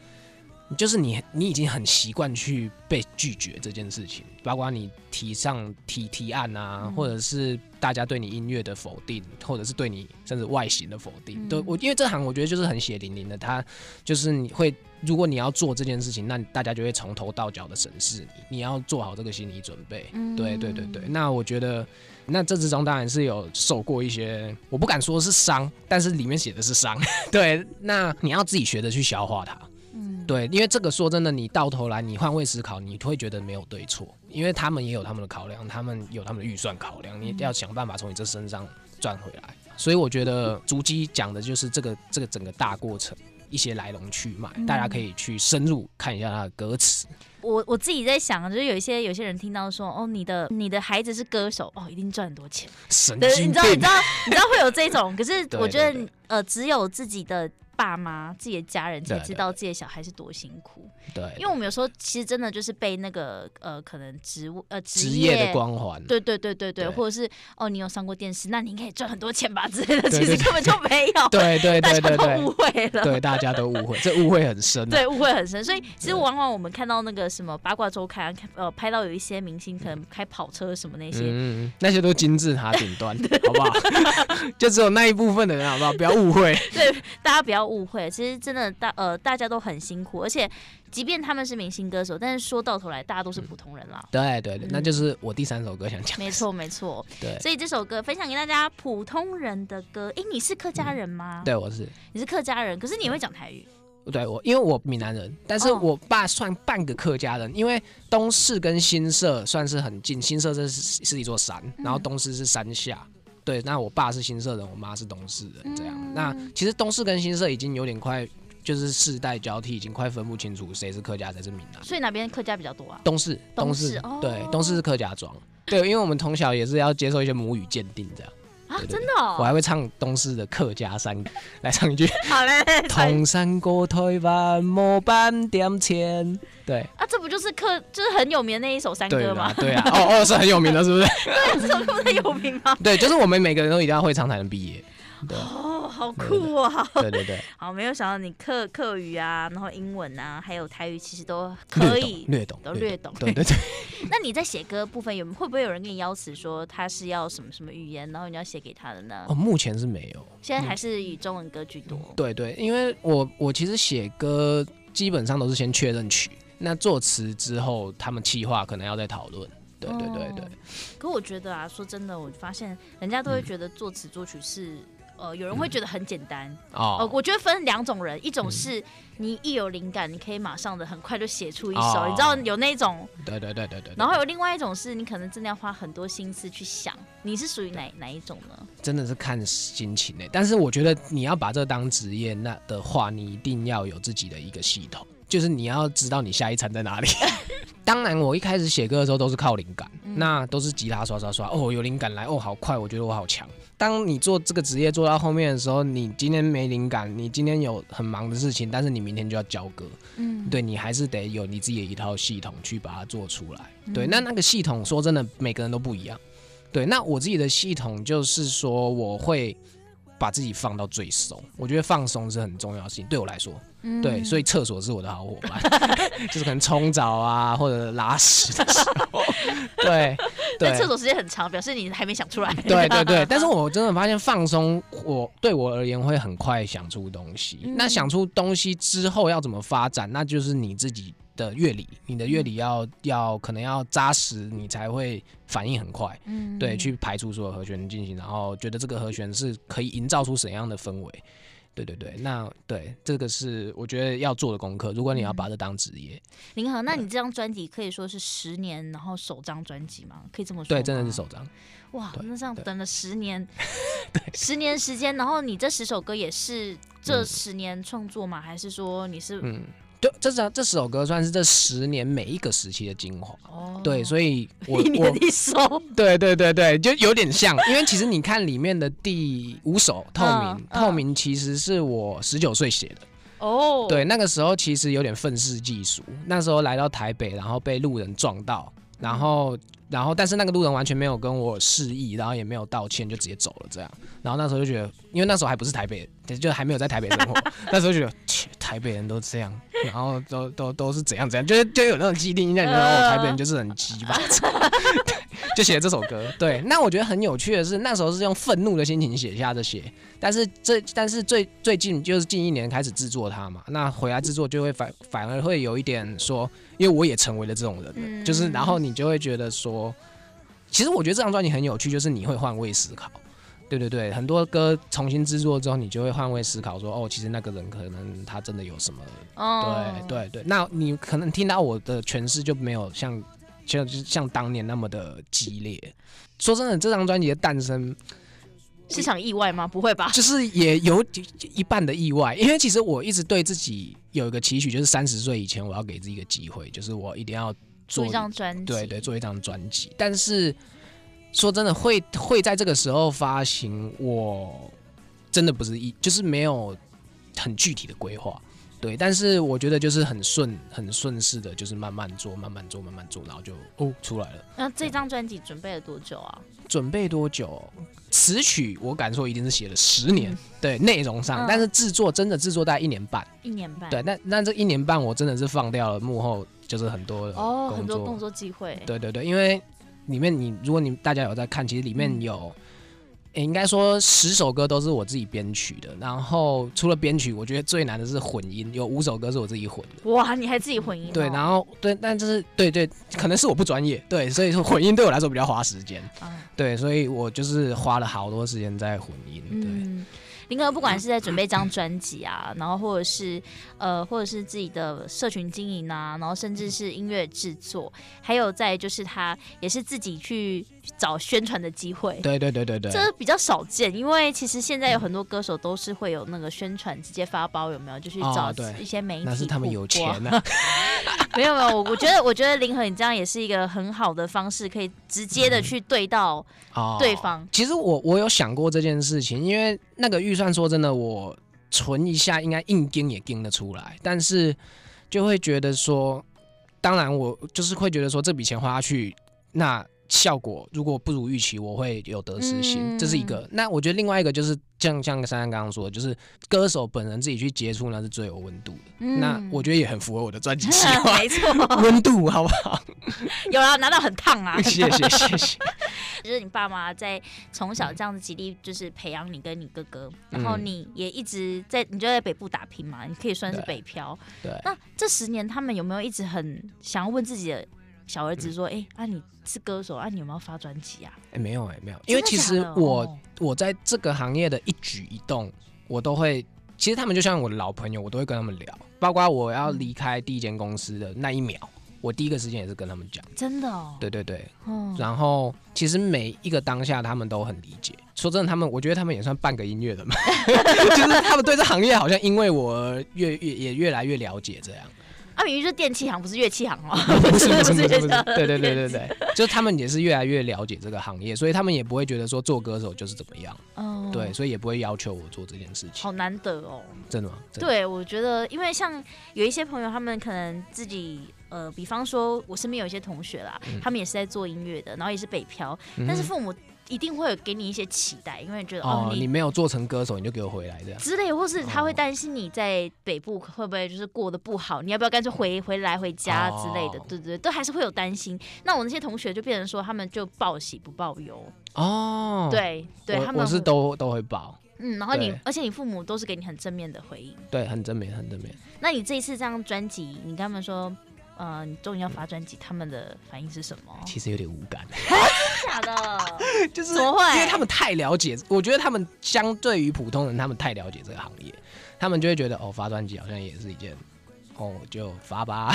Speaker 1: 就是你，你已经很习惯去被拒绝这件事情，包括你提上提提案啊，
Speaker 2: 嗯
Speaker 1: 或者是大家对你音乐的否定，或者是对你甚至外形的否定，
Speaker 2: 嗯
Speaker 1: 对我，因为这行我觉得就是很血淋淋的，它就是你会，如果你要做这件事情，那大家就会从头到脚的审视你，你要做好这个心理准备。
Speaker 2: 嗯
Speaker 1: 对对对对，那我觉得，那这之中当然是有受过一些，我不敢说是伤，但是里面写的是伤。 对，那你要自己学着去消化它。
Speaker 2: 嗯，
Speaker 1: 对，因为这个说真的，你到头来你换位思考，你会觉得没有对错，因为他们也有他们的考量，他们有他们的预算考量，
Speaker 2: 嗯
Speaker 1: 你要想办法从你这身上赚回来。所以我觉得足迹讲的就是这个这个整个大过程。一些来龙去脉，
Speaker 2: 嗯
Speaker 1: 大家可以去深入看一下他的歌词。
Speaker 2: 我我自己在想，就是有一些有些人听到说，哦，你的你的孩子是歌手，哦，一定赚很多钱。
Speaker 1: 神
Speaker 2: 对，
Speaker 1: 经
Speaker 2: 你知道你
Speaker 1: 病
Speaker 2: 知！道你知道会有这种，可是
Speaker 1: 对
Speaker 2: 我觉得
Speaker 1: 对对
Speaker 2: 呃，只有自己的爸妈、自己的家人才
Speaker 1: 对
Speaker 2: 知道自己的小孩是多辛苦。
Speaker 1: 对，
Speaker 2: 因为我们有时候其实真的就是被那个呃，可能职务呃
Speaker 1: 职
Speaker 2: 业
Speaker 1: 业的光环。
Speaker 2: 对对对对对，
Speaker 1: 对
Speaker 2: 或者是哦，你有上过电视，那你应该也赚很多钱吧之类的，
Speaker 1: 对
Speaker 2: 其
Speaker 1: 对
Speaker 2: 实根本就没有，
Speaker 1: 对对
Speaker 2: 大
Speaker 1: 对
Speaker 2: 家
Speaker 1: 对
Speaker 2: 都误
Speaker 1: 对，
Speaker 2: 会了。
Speaker 1: 对大家都误会，这误会很深、啊。
Speaker 2: 对，误会很深，所以其实
Speaker 1: 对
Speaker 2: 往往我们看到那个什么八卦周刊，看呃，拍到有一些明星可能开跑车什么那些，
Speaker 1: 嗯，那些都金字 塔顶端，好不好？就只有那一部分的人，好不好？不要误会。
Speaker 2: 大家不要误会，其实真的大呃大家都很辛苦，而且即便他们是明星歌手，但是说到头来大家
Speaker 1: 嗯
Speaker 2: 都是普通人啦。
Speaker 1: 对对对，
Speaker 2: 嗯
Speaker 1: 那就是我第三首歌想 讲。
Speaker 2: 没，错，没错。
Speaker 1: 对
Speaker 2: 所以这首歌分享给大家，普通人的歌。诶，你是客家人吗？，
Speaker 1: 对，我是
Speaker 2: 你是客家人，可是你会讲台语。
Speaker 1: 对我，因为我闽南人，但是
Speaker 2: 哦
Speaker 1: 我爸算半个客家人，因为东市跟新社算是很近，新社这是是一座山，然
Speaker 2: 嗯
Speaker 1: 后东市是山下。对，那我爸是新社人，我妈是东市人，这样。
Speaker 2: 嗯
Speaker 1: 那其实东市跟新社已经有点快，就是世代交替，已经快分不清楚谁是客家，谁是闽南。
Speaker 2: 所以哪边客家比较多啊？
Speaker 1: 东市，
Speaker 2: 东
Speaker 1: 市
Speaker 2: 市，哦
Speaker 1: 对，东市是客家庄。对，因为我们从小也是要接受一些母语鉴定，这样。
Speaker 2: 啊，
Speaker 1: 对对
Speaker 2: 真的、
Speaker 1: 我
Speaker 2: 哦。
Speaker 1: 还会唱东市的客家山歌，来唱一句。
Speaker 2: 好嘞，
Speaker 1: 同山过台湾，莫半点钱。对，
Speaker 2: 啊，这不就是客，就是很有名的那一首山
Speaker 1: 对
Speaker 2: 歌吗
Speaker 1: 啦，？对啊，哦哦，是很有名的， 是不是？
Speaker 2: 对，这首歌不是有名吗？
Speaker 1: 对，就是我们每个人都一定要会唱才能毕业。对，
Speaker 2: 哦，好酷啊！
Speaker 1: 对对对，
Speaker 2: 好，没有想到你客客语啊，然后英文啊，还有台语，其实都 可以。
Speaker 1: 略懂，
Speaker 2: 都略懂
Speaker 1: 对对 对，
Speaker 2: 那你在写歌部分有会不会有人跟你邀词说他是要什么什么语言，然后你要写给他的呢？
Speaker 1: 哦，嗯目前是没有。
Speaker 2: 现在还是以中文歌居多。
Speaker 1: 对对，因为我我其实写歌基本上都是先确认曲，那作词之后，他们企划可能要再讨论。对对对对
Speaker 2: 哦，可我觉得啊，说真的，我发现人家都会觉
Speaker 1: 嗯
Speaker 2: 得作词作曲是。呃，有人会觉得很简单，
Speaker 1: 哦，
Speaker 2: 哦、
Speaker 1: 嗯
Speaker 2: 我觉得分两种人，一种是你一有灵感，你可以马上的很快就写出一首，
Speaker 1: 哦
Speaker 2: 你知道有那种，
Speaker 1: 对对对对对，
Speaker 2: 然后有另外一种是你可能真的要花很多心思去想，你是属于哪哪一种呢？
Speaker 1: 真的是看心情诶、但是我觉得你要把这当职业那的话，你一定要有自己的一个系统，就是你要知道你下一餐在哪里。当然，我一开始写歌的时候都是靠灵感，那都是吉他刷刷刷，哦，有灵感来，哦，好快，我觉得我好强。当你做这个职业做到后面的时候，你今天没灵感，你今天有很忙的事情，但是你明天就要交歌，
Speaker 2: 嗯，
Speaker 1: 对你还是得有你自己的一套系统去把它做出来。对，那那个系统说真的，每个人都不一样。对，那我自己的系统就是说，我会把自己放到最松，我觉得放松是很重要的事情，对我来说，
Speaker 2: 嗯
Speaker 1: 对，所以厕所是我的好伙伴， 就是可能冲澡啊或者拉屎的时候， 对对
Speaker 2: 但，厕所时间很长，表示你还没想出来。
Speaker 1: 对对对，但是我真的发现放松，我对我而言会很快想出东西。
Speaker 2: 嗯
Speaker 1: 那想出东西之后要怎么发展，那就是你自己的乐理，你的乐理要
Speaker 2: 嗯
Speaker 1: 要可能要扎实，你才会反应很快。
Speaker 2: 嗯
Speaker 1: 对，去排除所有和弦进行，然后觉得这个和弦是可以营造出怎样的氛围。对对对，那对这个是我觉得要做的功课。如果你要把这当职业，
Speaker 2: 林恒，那你这张专辑可以说是十年，然后首张专辑吗？可以这么说
Speaker 1: 对，
Speaker 2: 吗？
Speaker 1: 真的是首张。
Speaker 2: 哇，
Speaker 1: 对
Speaker 2: 那这样
Speaker 1: 对
Speaker 2: 等了 十年，十年时间，然后你这十首歌也是这
Speaker 1: 嗯
Speaker 2: 十年创作吗？还是说你是、
Speaker 1: 嗯，对，这首这首歌算是这十年每一个时期的精华。
Speaker 2: 哦
Speaker 1: 对，所以 我
Speaker 2: 一
Speaker 1: 我
Speaker 2: 年一首，
Speaker 1: 对对对对，就有点像，因为其实你看里面的第五首《透明》，
Speaker 2: 嗯嗯
Speaker 1: 透明》其实是我十九岁写的。
Speaker 2: 哦，
Speaker 1: 对，那个时候其实有点愤世嫉俗，那时候来到台北，然后被路人撞到，然后然后但是那个路人完全没有跟我示意，然后也没有道歉，就直接走了这样。然后那时候就觉得，因为那时候还不是台北，就还没有在台北生活，那时候就觉得切台北人都这样，然后都都都是怎样怎样，就是就有那种既定印象，你知道哦，台北人就是很鸡巴这样。 对就写了这首歌，对。那我觉得很有趣的是，那时候是用愤怒的心情写下这些，但是这但是最最近就是近一年开始制作它嘛，那回来制作就会反反而会有一点说，因为我也成为了这种人了，
Speaker 2: 嗯
Speaker 1: 就是然后你就会觉得说，其实我觉得这张专辑很有趣，就是你会换位思考。对对对，很多歌重新制作之后，你就会换位思考说，哦，其实那个人可能他真的有什么
Speaker 2: 哦
Speaker 1: 对，对对，那你可能听到我的诠释就没有像像像当年那么的激烈。说真的，这张专辑的诞生
Speaker 2: 是场意外吗？不会吧？
Speaker 1: 就是也有一半的意外，因为其实我一直对自己有一个期许，就是三十岁以前我要给自己一个机会，就是我一定要
Speaker 2: 出
Speaker 1: 做
Speaker 2: 一张专辑，
Speaker 1: 对对，做一张专辑。但是说真的，会会在这个时候发行，我真的不是一就是没有很具体的规划。对，但是我觉得就是很顺很顺势的，就是慢慢做，慢慢做，慢慢做，然后就哦出来了。
Speaker 2: 那这张专辑准备了多久啊？
Speaker 1: 准备多久？词曲我敢说一定是写了十年，对内容上，
Speaker 2: 嗯哎
Speaker 1: 但是制作真的制作大概一年半，
Speaker 2: 一年半，
Speaker 1: 对，，但但这一年半我真的是放掉了幕后，就是很多的
Speaker 2: 哦，
Speaker 1: 工
Speaker 2: 很多
Speaker 1: 作，
Speaker 2: 工作机会，嗯
Speaker 1: 对对对，因为里面你如果你大家有在看，其实里面有，哎、诶应该说十首歌都是我自己编曲的，然后除了编曲，我觉得最难的是混音，有五首歌是我自己混的。
Speaker 2: 哇，你还自己混音哦、
Speaker 1: 对，然后对，但就是对对，可能是我不专业，对，所以说混音对我来说比较花时间，
Speaker 2: 啊
Speaker 1: 对，所以我就是花了好多时间在混音，对。
Speaker 2: 嗯，林哥不管是在准备一张专辑啊，然后或者是呃，或者是自己的社群经营啊，然后甚至是音乐制作，还有在就是他也是自己去找宣传的机会。
Speaker 1: 对对对对对，
Speaker 2: 这比较少见，因为其实现在有很多歌手都是会有那个宣传直接发包，有没有？就去
Speaker 1: 哦
Speaker 2: 找
Speaker 1: 对
Speaker 2: 一些媒体、
Speaker 1: 那是他们有钱。呐、
Speaker 2: 没有没有，我我觉得我觉得林和你这样也是一个很好的方式，可以直接
Speaker 1: 嗯
Speaker 2: 的去对到。
Speaker 1: 哦，
Speaker 2: 对方
Speaker 1: 其实我我有想过这件事情，因为那个预算说真的，我存一下应该硬盯也盯得出来，但是就会觉得说，当然我就是会觉得说这笔钱花下去，那效果如果不如预期，我会有得失心，
Speaker 2: 嗯
Speaker 1: 这是一个。那我觉得另外一个就是像像珊珊刚刚说的，就是歌手本人自己去接触那是最有温度的，
Speaker 2: 嗯
Speaker 1: 那 我觉得也很符合我的专辑计划。
Speaker 2: 没错，
Speaker 1: 温度好不好？
Speaker 2: 有啊，拿到很烫 啊。
Speaker 1: 谢谢谢谢。
Speaker 2: 就是你爸妈在从小这样子极力就是培养你跟你哥哥，然后你也一直在，你就在北部打拼嘛，你可以算是北漂。
Speaker 1: 嗯对，
Speaker 2: 那这十年他们有没有一直很想要问自己的小儿
Speaker 1: 嗯
Speaker 2: 子说，哎、啊你是歌手啊，你有没有发专辑啊？
Speaker 1: 哎、没有哎、没有，因为
Speaker 2: 真
Speaker 1: 其
Speaker 2: 的
Speaker 1: 实
Speaker 2: 假的
Speaker 1: 我、
Speaker 2: 哦
Speaker 1: 我在这个行业的一举一动，我都会，其实他们就像我的老朋友，我都会跟他们聊，包括我要
Speaker 2: 嗯
Speaker 1: 离开第一间公司的那一秒，我第一个时间也是跟他们讲，
Speaker 2: 真的哦，
Speaker 1: 对对对，
Speaker 2: 嗯，
Speaker 1: 然后其实每一个当下他们都很理解，说真的，他们我觉得他们也算半个音乐人嘛， 就是他们对这行业好像因为我而越越也越来越了解这样。
Speaker 2: 啊，明明就是电器行，不是乐器行 哦。
Speaker 1: 不是不是不是不是，
Speaker 2: 不是
Speaker 1: 对对对对 对，就是他们也是越来越了解这个行业，所以他们也不会觉得说做歌手就是怎么样，
Speaker 2: 哦，
Speaker 1: 对，，所以也不会要求我做这件事情
Speaker 2: 好，难得哦。
Speaker 1: 真的吗？真的，
Speaker 2: 对，我觉得，因为像有一些朋友，他们可能自己，呃，比方说，我身边有一些同学啦，
Speaker 1: 嗯
Speaker 2: 他们也是在做音乐的，然后也是北漂，但是父母一定会有给你一些期待，因为觉得哦
Speaker 1: 哦，
Speaker 2: 你
Speaker 1: 你没有做成歌手，你就给我回来这样。
Speaker 2: 之类，或是他会
Speaker 1: 哦
Speaker 2: 担心你在北部会不会就是过得不好，你要不要干脆回回来回家之类的
Speaker 1: 哦，
Speaker 2: 对对对，都还是会有担心。那我那些同学就变成说，他们就报喜不报忧，
Speaker 1: 哦，，
Speaker 2: 对对，他
Speaker 1: 我
Speaker 2: 们
Speaker 1: 我是
Speaker 2: 会
Speaker 1: 都都会报，
Speaker 2: 嗯，然后你
Speaker 1: 对
Speaker 2: 而且你父母都是给你很正面的回应。
Speaker 1: 对，很正面，很正面。
Speaker 2: 那你这一次这张专辑，你跟他们说，呃，你终于要发专辑，他们的反应是什么？
Speaker 1: 其实有点无感，
Speaker 2: 假的，
Speaker 1: 就是
Speaker 2: 怎么会
Speaker 1: 因为他们太了解，我觉得他们相对于普通人，他们太了解这个行业，他们就会觉得哦，发专辑好像也是一件，哦，就发吧。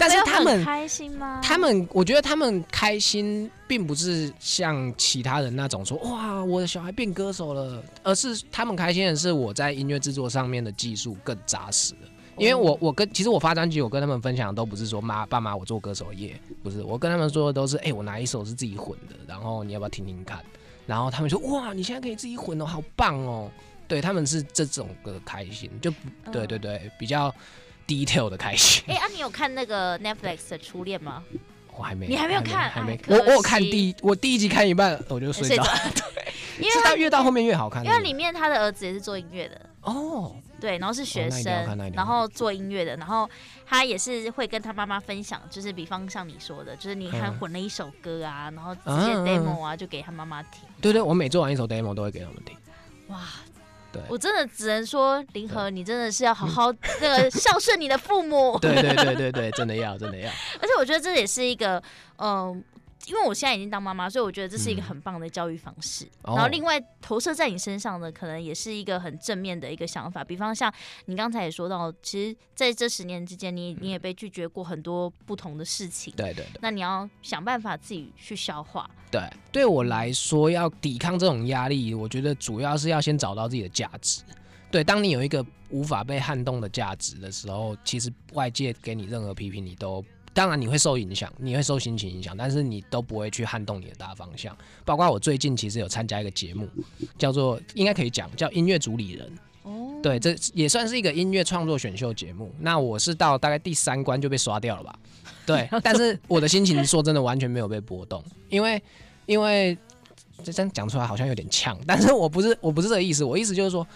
Speaker 1: 但是他
Speaker 2: 没
Speaker 1: 们
Speaker 2: 有很开心吗？
Speaker 1: 他们，我觉得他们开心，并不是像其他人那种说哇，我的小孩变歌手了，而是他们开心的是我在音乐制作上面的技术更扎实了。因为我我跟其实我发专辑，我跟他们分享的都不是说妈爸妈我做歌手业，不是我跟他们说的都是哎、我哪一首是自己混的，然后你要不要听听看？然后他们说哇你现在可以自己混哦，好棒哦！对他们是这种的开心，就不
Speaker 2: 嗯
Speaker 1: 对对。对比较 detail 的开心。
Speaker 2: 哎、啊，你有看那个 Netflix 的初恋吗？
Speaker 1: 我还没，
Speaker 2: 你还没有看
Speaker 1: 还没
Speaker 2: 哎。可
Speaker 1: 我
Speaker 2: 惜
Speaker 1: 我有看第一，我第一集看一半我就睡
Speaker 2: 呃睡
Speaker 1: 着
Speaker 2: 着，
Speaker 1: 了，
Speaker 2: 因为
Speaker 1: 是
Speaker 2: 他
Speaker 1: 到越到后面越好看。
Speaker 2: 因为里面他的儿子也是做音乐的，
Speaker 1: 哦，
Speaker 2: 对，然后是学
Speaker 1: 那一
Speaker 2: 生
Speaker 1: 定要看那一，定要
Speaker 2: 然后做音乐的，然后他也是会跟他妈妈分享，就是比方像你说的，就是你看
Speaker 1: 嗯
Speaker 2: 混了一首歌啊，然后直接 demo 啊，就给他妈妈听。
Speaker 1: 对对，我每做完一首 demo 都会给他 们听。
Speaker 2: 哇，
Speaker 1: 对
Speaker 2: 我真的只能说，林和，你真的是要 好好那个孝顺你的父母。
Speaker 1: 对对对对对，真的要真的要。
Speaker 2: 而且我觉得这也是一个，嗯、因为我现在已经当妈妈，所以我觉得这是一
Speaker 1: 嗯
Speaker 2: 个很棒的教育方式。
Speaker 1: 哦
Speaker 2: 然后另外投射在你身上呢，可能也是一个很正面的一个想法。比方像你刚才也说到，其实在这十年之间，你你也被拒绝过很多不同的事情。
Speaker 1: 嗯对对对
Speaker 2: 那你要想办法自己去消化，
Speaker 1: 对，对我来说，要抵抗这种压力，我觉得主要是要先找到自己的价值。对，当你有一个无法被撼动的价值的时候，其实外界给你任何批评，你都当然你会受影响，你会受心情影响，但是你都不会去撼动你的大方向。包括我最近其实有参加一个节目，叫做应该可以讲叫音乐主理人，
Speaker 2: 哦，
Speaker 1: 对，这也算是一个音乐创作选秀节目。那我是到大概第三关就被刷掉了吧？对，但是我的心情说真的完全没有被波动，因为因为这这样讲出来好像有点呛，但是我不是我不是这个意思，我意思就是说。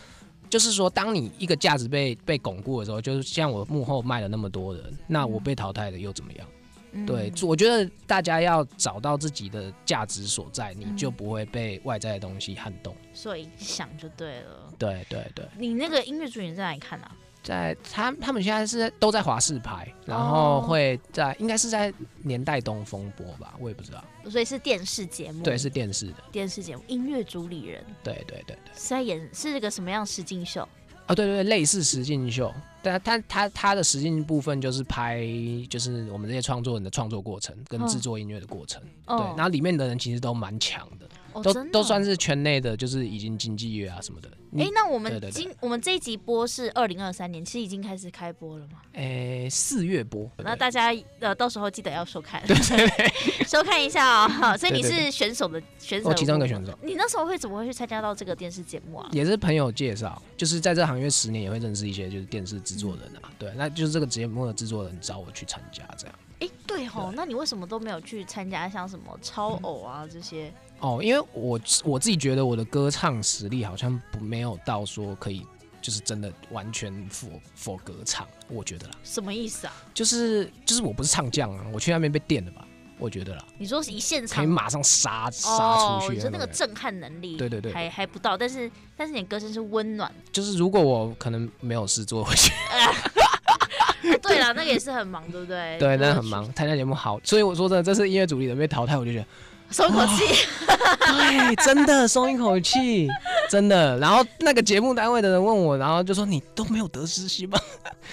Speaker 1: 就是说，当你一个价值被被巩固的时候，就是像我幕后卖了那么多人，那我被淘汰了又怎么样？
Speaker 2: 嗯
Speaker 1: 对，我觉得大家要找到自己的价值所在，你就不会被外在的东西撼动。
Speaker 2: 受影响就对了。
Speaker 1: 对对对，
Speaker 2: 你那个音乐主演在哪里看啊？
Speaker 1: 在他他们现在是都在华视拍，然后会在应该是在年代东风播吧，我也不知道。
Speaker 2: 所以是电视节目，
Speaker 1: 对，是电视的。
Speaker 2: 电视节目。音乐主理人
Speaker 1: 对对对对，
Speaker 2: 是在演是个什么样的实境秀？
Speaker 1: 哦对对对，类似实境秀，但他他他的实境部分就是拍就是我们这些创作人的创作过程跟
Speaker 2: 嗯
Speaker 1: 制作音乐的过程。
Speaker 2: 哦
Speaker 1: 对，然后里面的人其实都蛮强的，
Speaker 2: 哦，
Speaker 1: 都
Speaker 2: 真的
Speaker 1: 都算是圈内的，就是已经经纪乐啊什么的。
Speaker 2: 哎、
Speaker 1: 你
Speaker 2: 那
Speaker 1: 对
Speaker 2: 我们
Speaker 1: 对对
Speaker 2: 今我们这一集播是二零二三年，其实已经开始开播了嘛。
Speaker 1: 诶，四月播，
Speaker 2: 那
Speaker 1: 对
Speaker 2: 大家呃，到时候记得要收看， 收看一下哦。好所以你
Speaker 1: 对对
Speaker 2: 是选手的选手
Speaker 1: 我
Speaker 2: 的
Speaker 1: 其中一个
Speaker 2: 部分
Speaker 1: 选手
Speaker 2: 你那时候会怎么会去参加到这个电视节目啊？
Speaker 1: 也是朋友介绍，就是在这行业十年也会认识一些就是电视制作人
Speaker 2: 嗯
Speaker 1: 啊，对，那就是这个节目的制作人找我去参加这样。
Speaker 2: 哎、对吼，那你为什么都没有去参加像什么超偶啊这些？
Speaker 1: 哦，因为我我自己觉得我的歌唱实力好像不没有到说可以，就是真的完全否否歌唱，我觉得啦，
Speaker 2: 什么意思啊？
Speaker 1: 就是就是我不是唱将啊，我去那边被电了吧，我觉得啦，
Speaker 2: 你说是一现
Speaker 1: 可以
Speaker 2: 场
Speaker 1: 马上杀杀
Speaker 2: 哦，
Speaker 1: 出
Speaker 2: 我
Speaker 1: 去
Speaker 2: 觉
Speaker 1: 的
Speaker 2: 得那
Speaker 1: 种
Speaker 2: 个
Speaker 1: 感觉
Speaker 2: 震撼能力，
Speaker 1: 对对对
Speaker 2: 还还不到，但是但是你的歌声是温暖的。
Speaker 1: 就是如果我可能没有事做，我去
Speaker 2: 啊对啦，那个也是很忙，对不 对？
Speaker 1: 对，
Speaker 2: 那
Speaker 1: 那很忙，参加节目好，所以我说真的，这次音乐组里的被淘汰，我就觉得。
Speaker 2: 松一口气。
Speaker 1: 对，真的松一口气，真的。然后那个节目单位的人问我，然后就说你都没有得失心吗？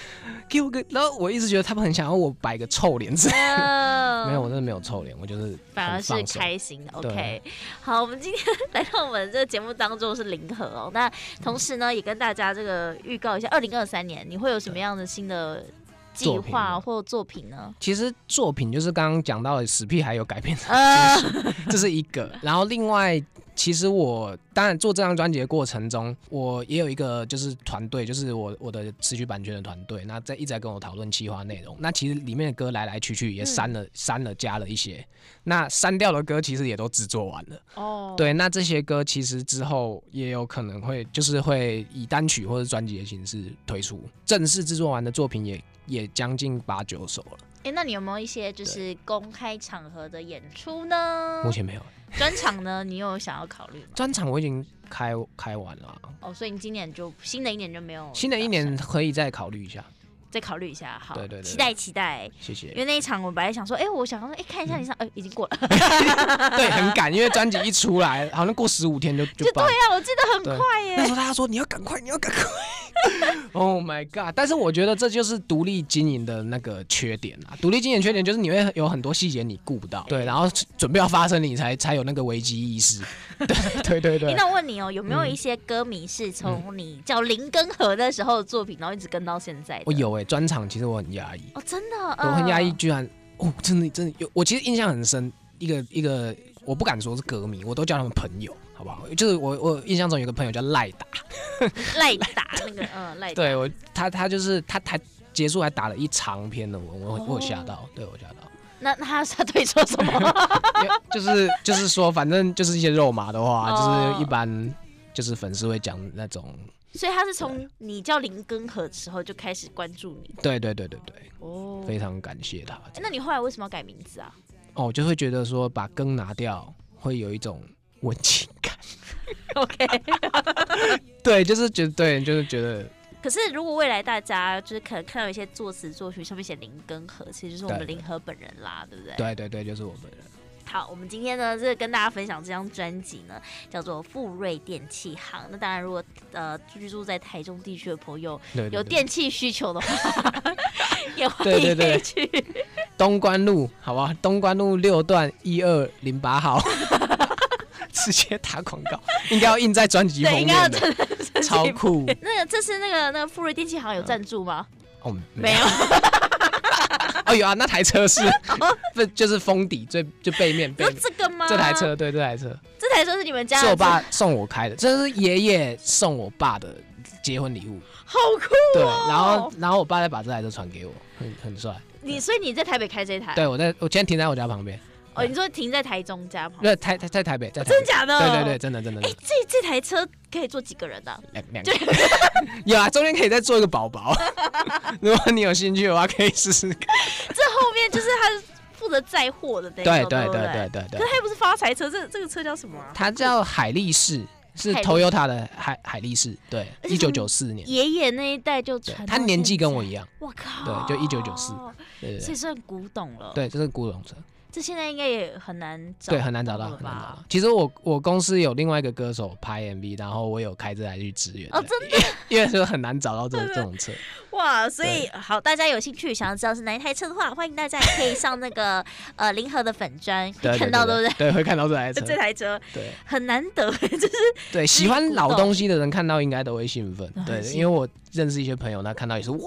Speaker 1: 给我个，然后我一直觉得他们很想要我摆个臭脸 之类的，没
Speaker 2: 没
Speaker 1: 有，我真的没有臭脸，我就是
Speaker 2: 嗯哦反而
Speaker 1: 很
Speaker 2: 是
Speaker 1: 放松
Speaker 2: 开心的。
Speaker 1: 对
Speaker 2: OK，好，我们今天来到我们这个节目当中是零和哦。那同时呢，也跟大家这个预告一下，二零二三年你会有什么样的新的计
Speaker 1: 作品
Speaker 2: 划
Speaker 1: 吗
Speaker 2: 或作品呢？
Speaker 1: 其实作品就是刚刚讲到的死屁孩有改变成
Speaker 2: 呃，
Speaker 1: 这是一个。然后另外，其实我当然做这张专辑的过程中，我也有一个就是团队，就是我我的词曲版权的团队，那在一直在跟我讨论企划内容。那其实里面的歌来来去去也删了、删了加了一些，那删掉的歌其实也都制作完了。
Speaker 2: 哦，
Speaker 1: 对，那这些歌其实之后也有可能会就是会以单曲或者专辑的形式推出，正式制作完的作品也也将近八九首了，
Speaker 2: 哎，那你有没有一些就是公开场合的演出呢
Speaker 1: 目？前 没有。
Speaker 2: 专场呢，你有想要考虑吗？
Speaker 1: 专场我已经开开完了啊、
Speaker 2: 哦，所以你今年就新的一年就没有，
Speaker 1: 新的一年可以再考虑一下，
Speaker 2: 再考虑一下，好，
Speaker 1: 对对对
Speaker 2: 期待期待。
Speaker 1: 谢
Speaker 2: 因
Speaker 1: 谢。
Speaker 2: 为那一场我本来想说，哎、我想说，哎、看一
Speaker 1: 嗯
Speaker 2: 下你上，哎、已经过了，
Speaker 1: 对，很赶，因为专辑一出来，好像过十五天就就
Speaker 2: 就对
Speaker 1: 办。
Speaker 2: 啊，我记得很快耶
Speaker 1: 那。时候大家说你要赶快，你要赶快。oh my god！但是我觉得这就是独立经营的那个缺点啊。独立经营的缺点就是你会有很多细节你顾不到，对，然后准备要发生，你才才有那个危机意识。 对对对
Speaker 2: 诶
Speaker 1: 对。
Speaker 2: 那我问你哦，有没有
Speaker 1: 嗯
Speaker 2: 一些歌迷是从你叫林根和那时候的作品，然后一直跟到现在的？
Speaker 1: 我有哎、专场其实我很压抑，
Speaker 2: 哦，真的，
Speaker 1: 我很压抑，
Speaker 2: 嗯。
Speaker 1: 居然哦，真的真的有，我其实印象很深，一个一个，我不敢说是歌迷，我都叫他们朋友，好不好？就是我我印象中有个朋友叫赖达，
Speaker 2: 赖打那个，嗯，赖打。
Speaker 1: 对我他他就是他他结束还打了一长篇的文，我我我有吓到，
Speaker 2: 哦
Speaker 1: 对我有吓到，
Speaker 2: 那那他他对说什 么？
Speaker 1: 因为就是就是说，反正就是一些肉麻的话，
Speaker 2: 哦
Speaker 1: 就是一般就是粉丝会讲那种，
Speaker 2: 所以他是从你叫林根和的时候就开始关注你
Speaker 1: 对对对对对，
Speaker 2: 哦。
Speaker 1: 非常感谢他。
Speaker 2: 诶那你后来为什么要改名字啊？
Speaker 1: 哦，我就会觉得说把羹拿掉会有一种温情感。
Speaker 2: OK
Speaker 1: 对，就是觉得对，就是觉得
Speaker 2: 可是如果未来大家就是可能看到一些作词作曲上面写林根和，其实就是我们
Speaker 1: 对
Speaker 2: 林和本人啦，对不对？
Speaker 1: 对对对，就是我们人。
Speaker 2: 好，我们今天呢，这个跟大家分享这张专辑呢，叫做《富瑞电器行》。那当然，如果呃居住在台中地区的朋友
Speaker 1: 对对
Speaker 2: 有
Speaker 1: 对
Speaker 2: 电器需求的话， 也欢
Speaker 1: 对对
Speaker 2: 迎可
Speaker 1: 对
Speaker 2: 以去
Speaker 1: 东关路，好吧，东关路六段一二零八 号，直接打广告，应该要印在专辑
Speaker 2: 对，
Speaker 1: 封
Speaker 2: 应该要
Speaker 1: 面
Speaker 2: 真
Speaker 1: 的，
Speaker 2: 的是
Speaker 1: 超 酷。
Speaker 2: 那个这次那个那个富瑞电器行有赞助吗？
Speaker 1: 哦，
Speaker 2: 没啊有，
Speaker 1: 哦有啊，那台车是
Speaker 2: 哦
Speaker 1: 不就是封底最就背面背
Speaker 2: 就
Speaker 1: 面。
Speaker 2: 这个吗？
Speaker 1: 这台，车，对，这台车
Speaker 2: 啊这台车是你们家
Speaker 1: 是
Speaker 2: 的
Speaker 1: 我爸送我开的，这是爷爷送我爸的结婚礼物。
Speaker 2: 好酷。
Speaker 1: 对，然后然后我爸再把这台车传给我，很很帅。
Speaker 2: 你所以你在台北开这台？
Speaker 1: 对我在我今天停在我家旁边，
Speaker 2: 哦，你说停在台中家旁
Speaker 1: 因
Speaker 2: 边？
Speaker 1: 为台台在台北，在台
Speaker 2: 哦真
Speaker 1: 北。
Speaker 2: 假的？
Speaker 1: 对对对，。真的真的真
Speaker 2: 哎
Speaker 1: 的，
Speaker 2: 这这台车可以坐几个人啊 呢？
Speaker 1: 两两个。 有啊，中间可以再做一个 宝宝。如果你有兴趣的话，可以试试看。
Speaker 2: 这后面就是它负责载货的那一
Speaker 1: 对
Speaker 2: 种
Speaker 1: 对
Speaker 2: 不
Speaker 1: 对
Speaker 2: 对
Speaker 1: 对对对
Speaker 2: 可，是他又不是发财车，这这个车叫什么啊？
Speaker 1: 它叫海力士，是
Speaker 2: 海力
Speaker 1: Toyota 的海海力士，对，
Speaker 2: 而且
Speaker 1: 一
Speaker 2: 他
Speaker 1: 九
Speaker 2: 们
Speaker 1: 九四年，
Speaker 2: 爷爷那一代就
Speaker 1: 对
Speaker 2: 传，
Speaker 1: 他
Speaker 2: 到
Speaker 1: 年
Speaker 2: 现
Speaker 1: 纪跟
Speaker 2: 在
Speaker 1: 我一，样，
Speaker 2: 我靠，
Speaker 1: 对就1994对对
Speaker 2: 所
Speaker 1: 对，
Speaker 2: 以算古董了。，
Speaker 1: 对，这是古董车，
Speaker 2: 这现在应该也很难找，
Speaker 1: 对，很难找到，
Speaker 2: 了
Speaker 1: 很难找
Speaker 2: 吧
Speaker 1: 到？。其实我我公司有另外一个歌手拍 MV，然后我有开这台去支援，
Speaker 2: 哦，
Speaker 1: 对
Speaker 2: 真的
Speaker 1: 因为说很难找到这这种 车，
Speaker 2: 哇！所以好，大家有兴趣想要知道是哪一台车的话，欢迎大家也可以上那个呃林和的粉砖
Speaker 1: 对，
Speaker 2: 看到，对不
Speaker 1: 对？
Speaker 2: 对？
Speaker 1: 对，会看到这台车
Speaker 2: 就，这台车
Speaker 1: 对
Speaker 2: 很难得， 就是
Speaker 1: 对，喜
Speaker 2: 古
Speaker 1: 欢老
Speaker 2: 董
Speaker 1: 东西的人看到应该都会兴奋
Speaker 2: 嗯，
Speaker 1: 对，
Speaker 2: 是
Speaker 1: 因为我认识一些朋友，他看到也是哇，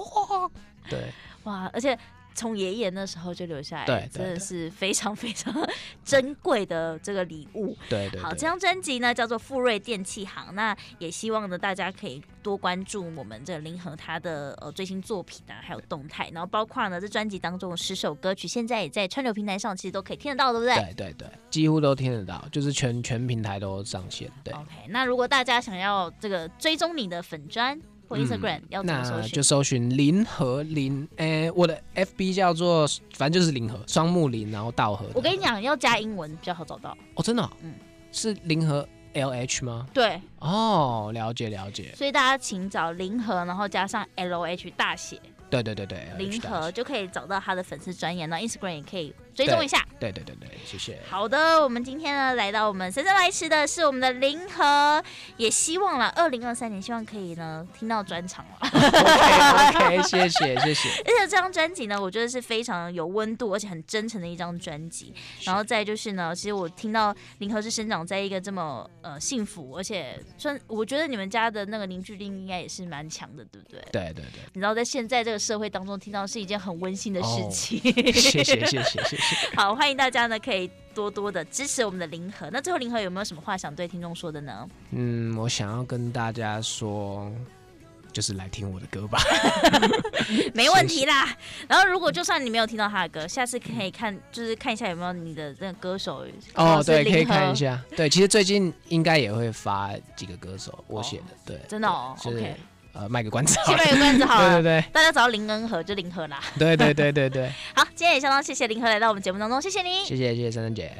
Speaker 1: 对，
Speaker 2: 哇！而且从爷爷那时候就留下来，
Speaker 1: 对对
Speaker 2: 真的
Speaker 1: 对
Speaker 2: 是非常非常 珍贵的这个礼物。
Speaker 1: 对对
Speaker 2: 好，这
Speaker 1: 对。
Speaker 2: 张专辑呢叫做富瑞电器行，那也希望呢大家可以多关注我们这个林和他的呃最新作品啊，还有动态，然后包括呢这专辑当中的十首歌曲，现在也在串流平台上其实都可以听得到，对不对？
Speaker 1: 对对对，几乎都听得到，就是全全平台都上线。对，
Speaker 2: OK，那如果大家想要这个追踪你的粉砖或 Instagram，、要怎么搜
Speaker 1: 嗯那就
Speaker 2: 寻？
Speaker 1: 搜寻林和林，诶、我的 FB 叫做，反正就是林和，双木林，然后道和的和。
Speaker 2: 我跟你讲，要加英文比较好找到。
Speaker 1: 哦，真的、哦，
Speaker 2: 嗯
Speaker 1: 是林和 LH 吗？
Speaker 2: 对，
Speaker 1: 哦，了解了解，
Speaker 2: 所以大家请找林和，然后加上 L O H 大写
Speaker 1: 对对对对，
Speaker 2: 林
Speaker 1: LH 大
Speaker 2: 和，
Speaker 1: 学，
Speaker 2: 就可以找到他的粉丝专业，那 Instagram 也可以追踪一下。
Speaker 1: 对对对对，谢 谢。
Speaker 2: 好的，我们今天呢来到我们姗姗来迟的是我们的林和，也希望了二零二三年，希望可以呢听到专场了。
Speaker 1: OK OK，谢谢谢谢。
Speaker 2: 而且这张专辑呢，我觉得是非常有温度，而且很真诚的一张专辑。然后再就是呢，其实我听到林和是生长在一个这么呃幸福，而且算我觉得你们家的那个凝聚力应该也是蛮强的，对不对？
Speaker 1: 对对对，
Speaker 2: 你知道，在现在这个社会当中，听到是一件很温馨的
Speaker 1: 哦
Speaker 2: 事情。
Speaker 1: 谢谢谢谢谢谢。
Speaker 2: 好，欢迎大家呢可以多多的支持我们的林和。那最后林和有没有什么话想对听众说的呢？
Speaker 1: 嗯，我想要跟大家说，就是来听我的歌吧。
Speaker 2: 没问题啦。然后如果就算你没有听到他的歌，下次可以看，就是看一下有没有你的那个歌手
Speaker 1: 哦，对，
Speaker 2: 是
Speaker 1: 可以
Speaker 2: 林和
Speaker 1: 看一下。对，其实最近应该也会发几个歌手我写的，对，
Speaker 2: 真的哦
Speaker 1: 对就是
Speaker 2: OK
Speaker 1: 呃，卖个关子好
Speaker 2: 先
Speaker 1: 了。
Speaker 2: 卖个关子好
Speaker 1: 对
Speaker 2: 了。
Speaker 1: 对
Speaker 2: 大家找到林恩和就林和啦。
Speaker 1: 对对对对对对，
Speaker 2: 好，今天也相当谢谢林和来到我们节目当中，谢谢你。
Speaker 1: 谢谢谢谢珊珊姐。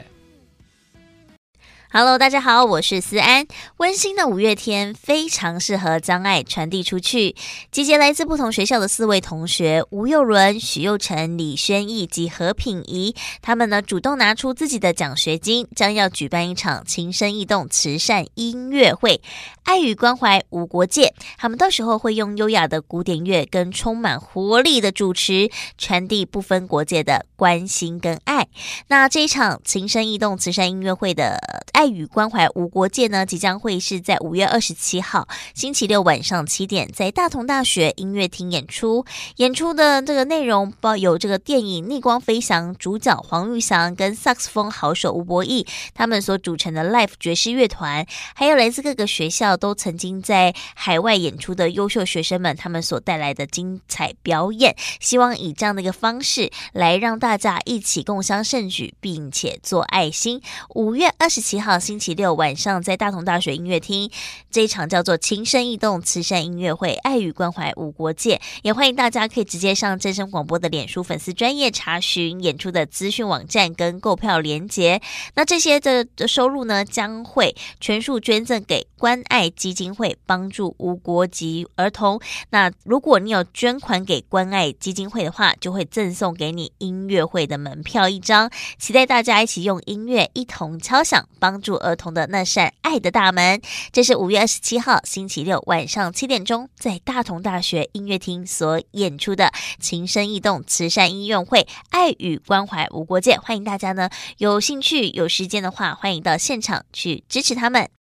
Speaker 2: Hello，大家好，我是思安。温馨的五月天非常适合将爱传递出去。集结来自不同学校的四位同学：吴佑伦、许佑成、李轩逸及何品怡。他们呢主动拿出自己的奖学金，将要举办一场情深意动慈善音乐会，爱与关怀无国界。他们到时候会用优雅的古典乐跟充满活力的主持，传递不分国界的关心跟爱。那这一场情深意动慈善音乐会的呃爱与关怀无国界呢，即将会是在五月二十七号星期六晚上七点，在大同大学音乐厅演出。演出的这个内容包有这个电影《逆光飞翔》主角黄玉祥跟萨克斯风好手吴博义他们所组成的 l i f e 爵士乐团，还有来自各个学校都曾经在海外演出的优秀学生们，他们所带来的精彩表演。希望以这样的一个方式来让大家一起共襄盛举，并且做爱心。五月二十七号星期六晚上，在大同大学音乐厅这一场叫做“情深意动慈善音乐会”，爱与关怀无国界，也欢迎大家可以直接上正声广播的脸书粉丝专业查询演出的资讯网站跟购票链接。那这些的的收入呢，将会全数捐赠给关爱基金会，帮助无国籍儿童。那如果你有捐款给关爱基金会的话，就会赠送给你音乐会的门票一张。期待大家一起用音乐一同敲响帮助儿童的那扇爱的大门。这是五月二十七号星期六晚上七点钟，在大同大学音乐厅所演出的“情深意动慈善音乐会——爱与关怀无国界”。欢迎大家呢有兴趣、有时间的话，欢迎到现场去支持他们。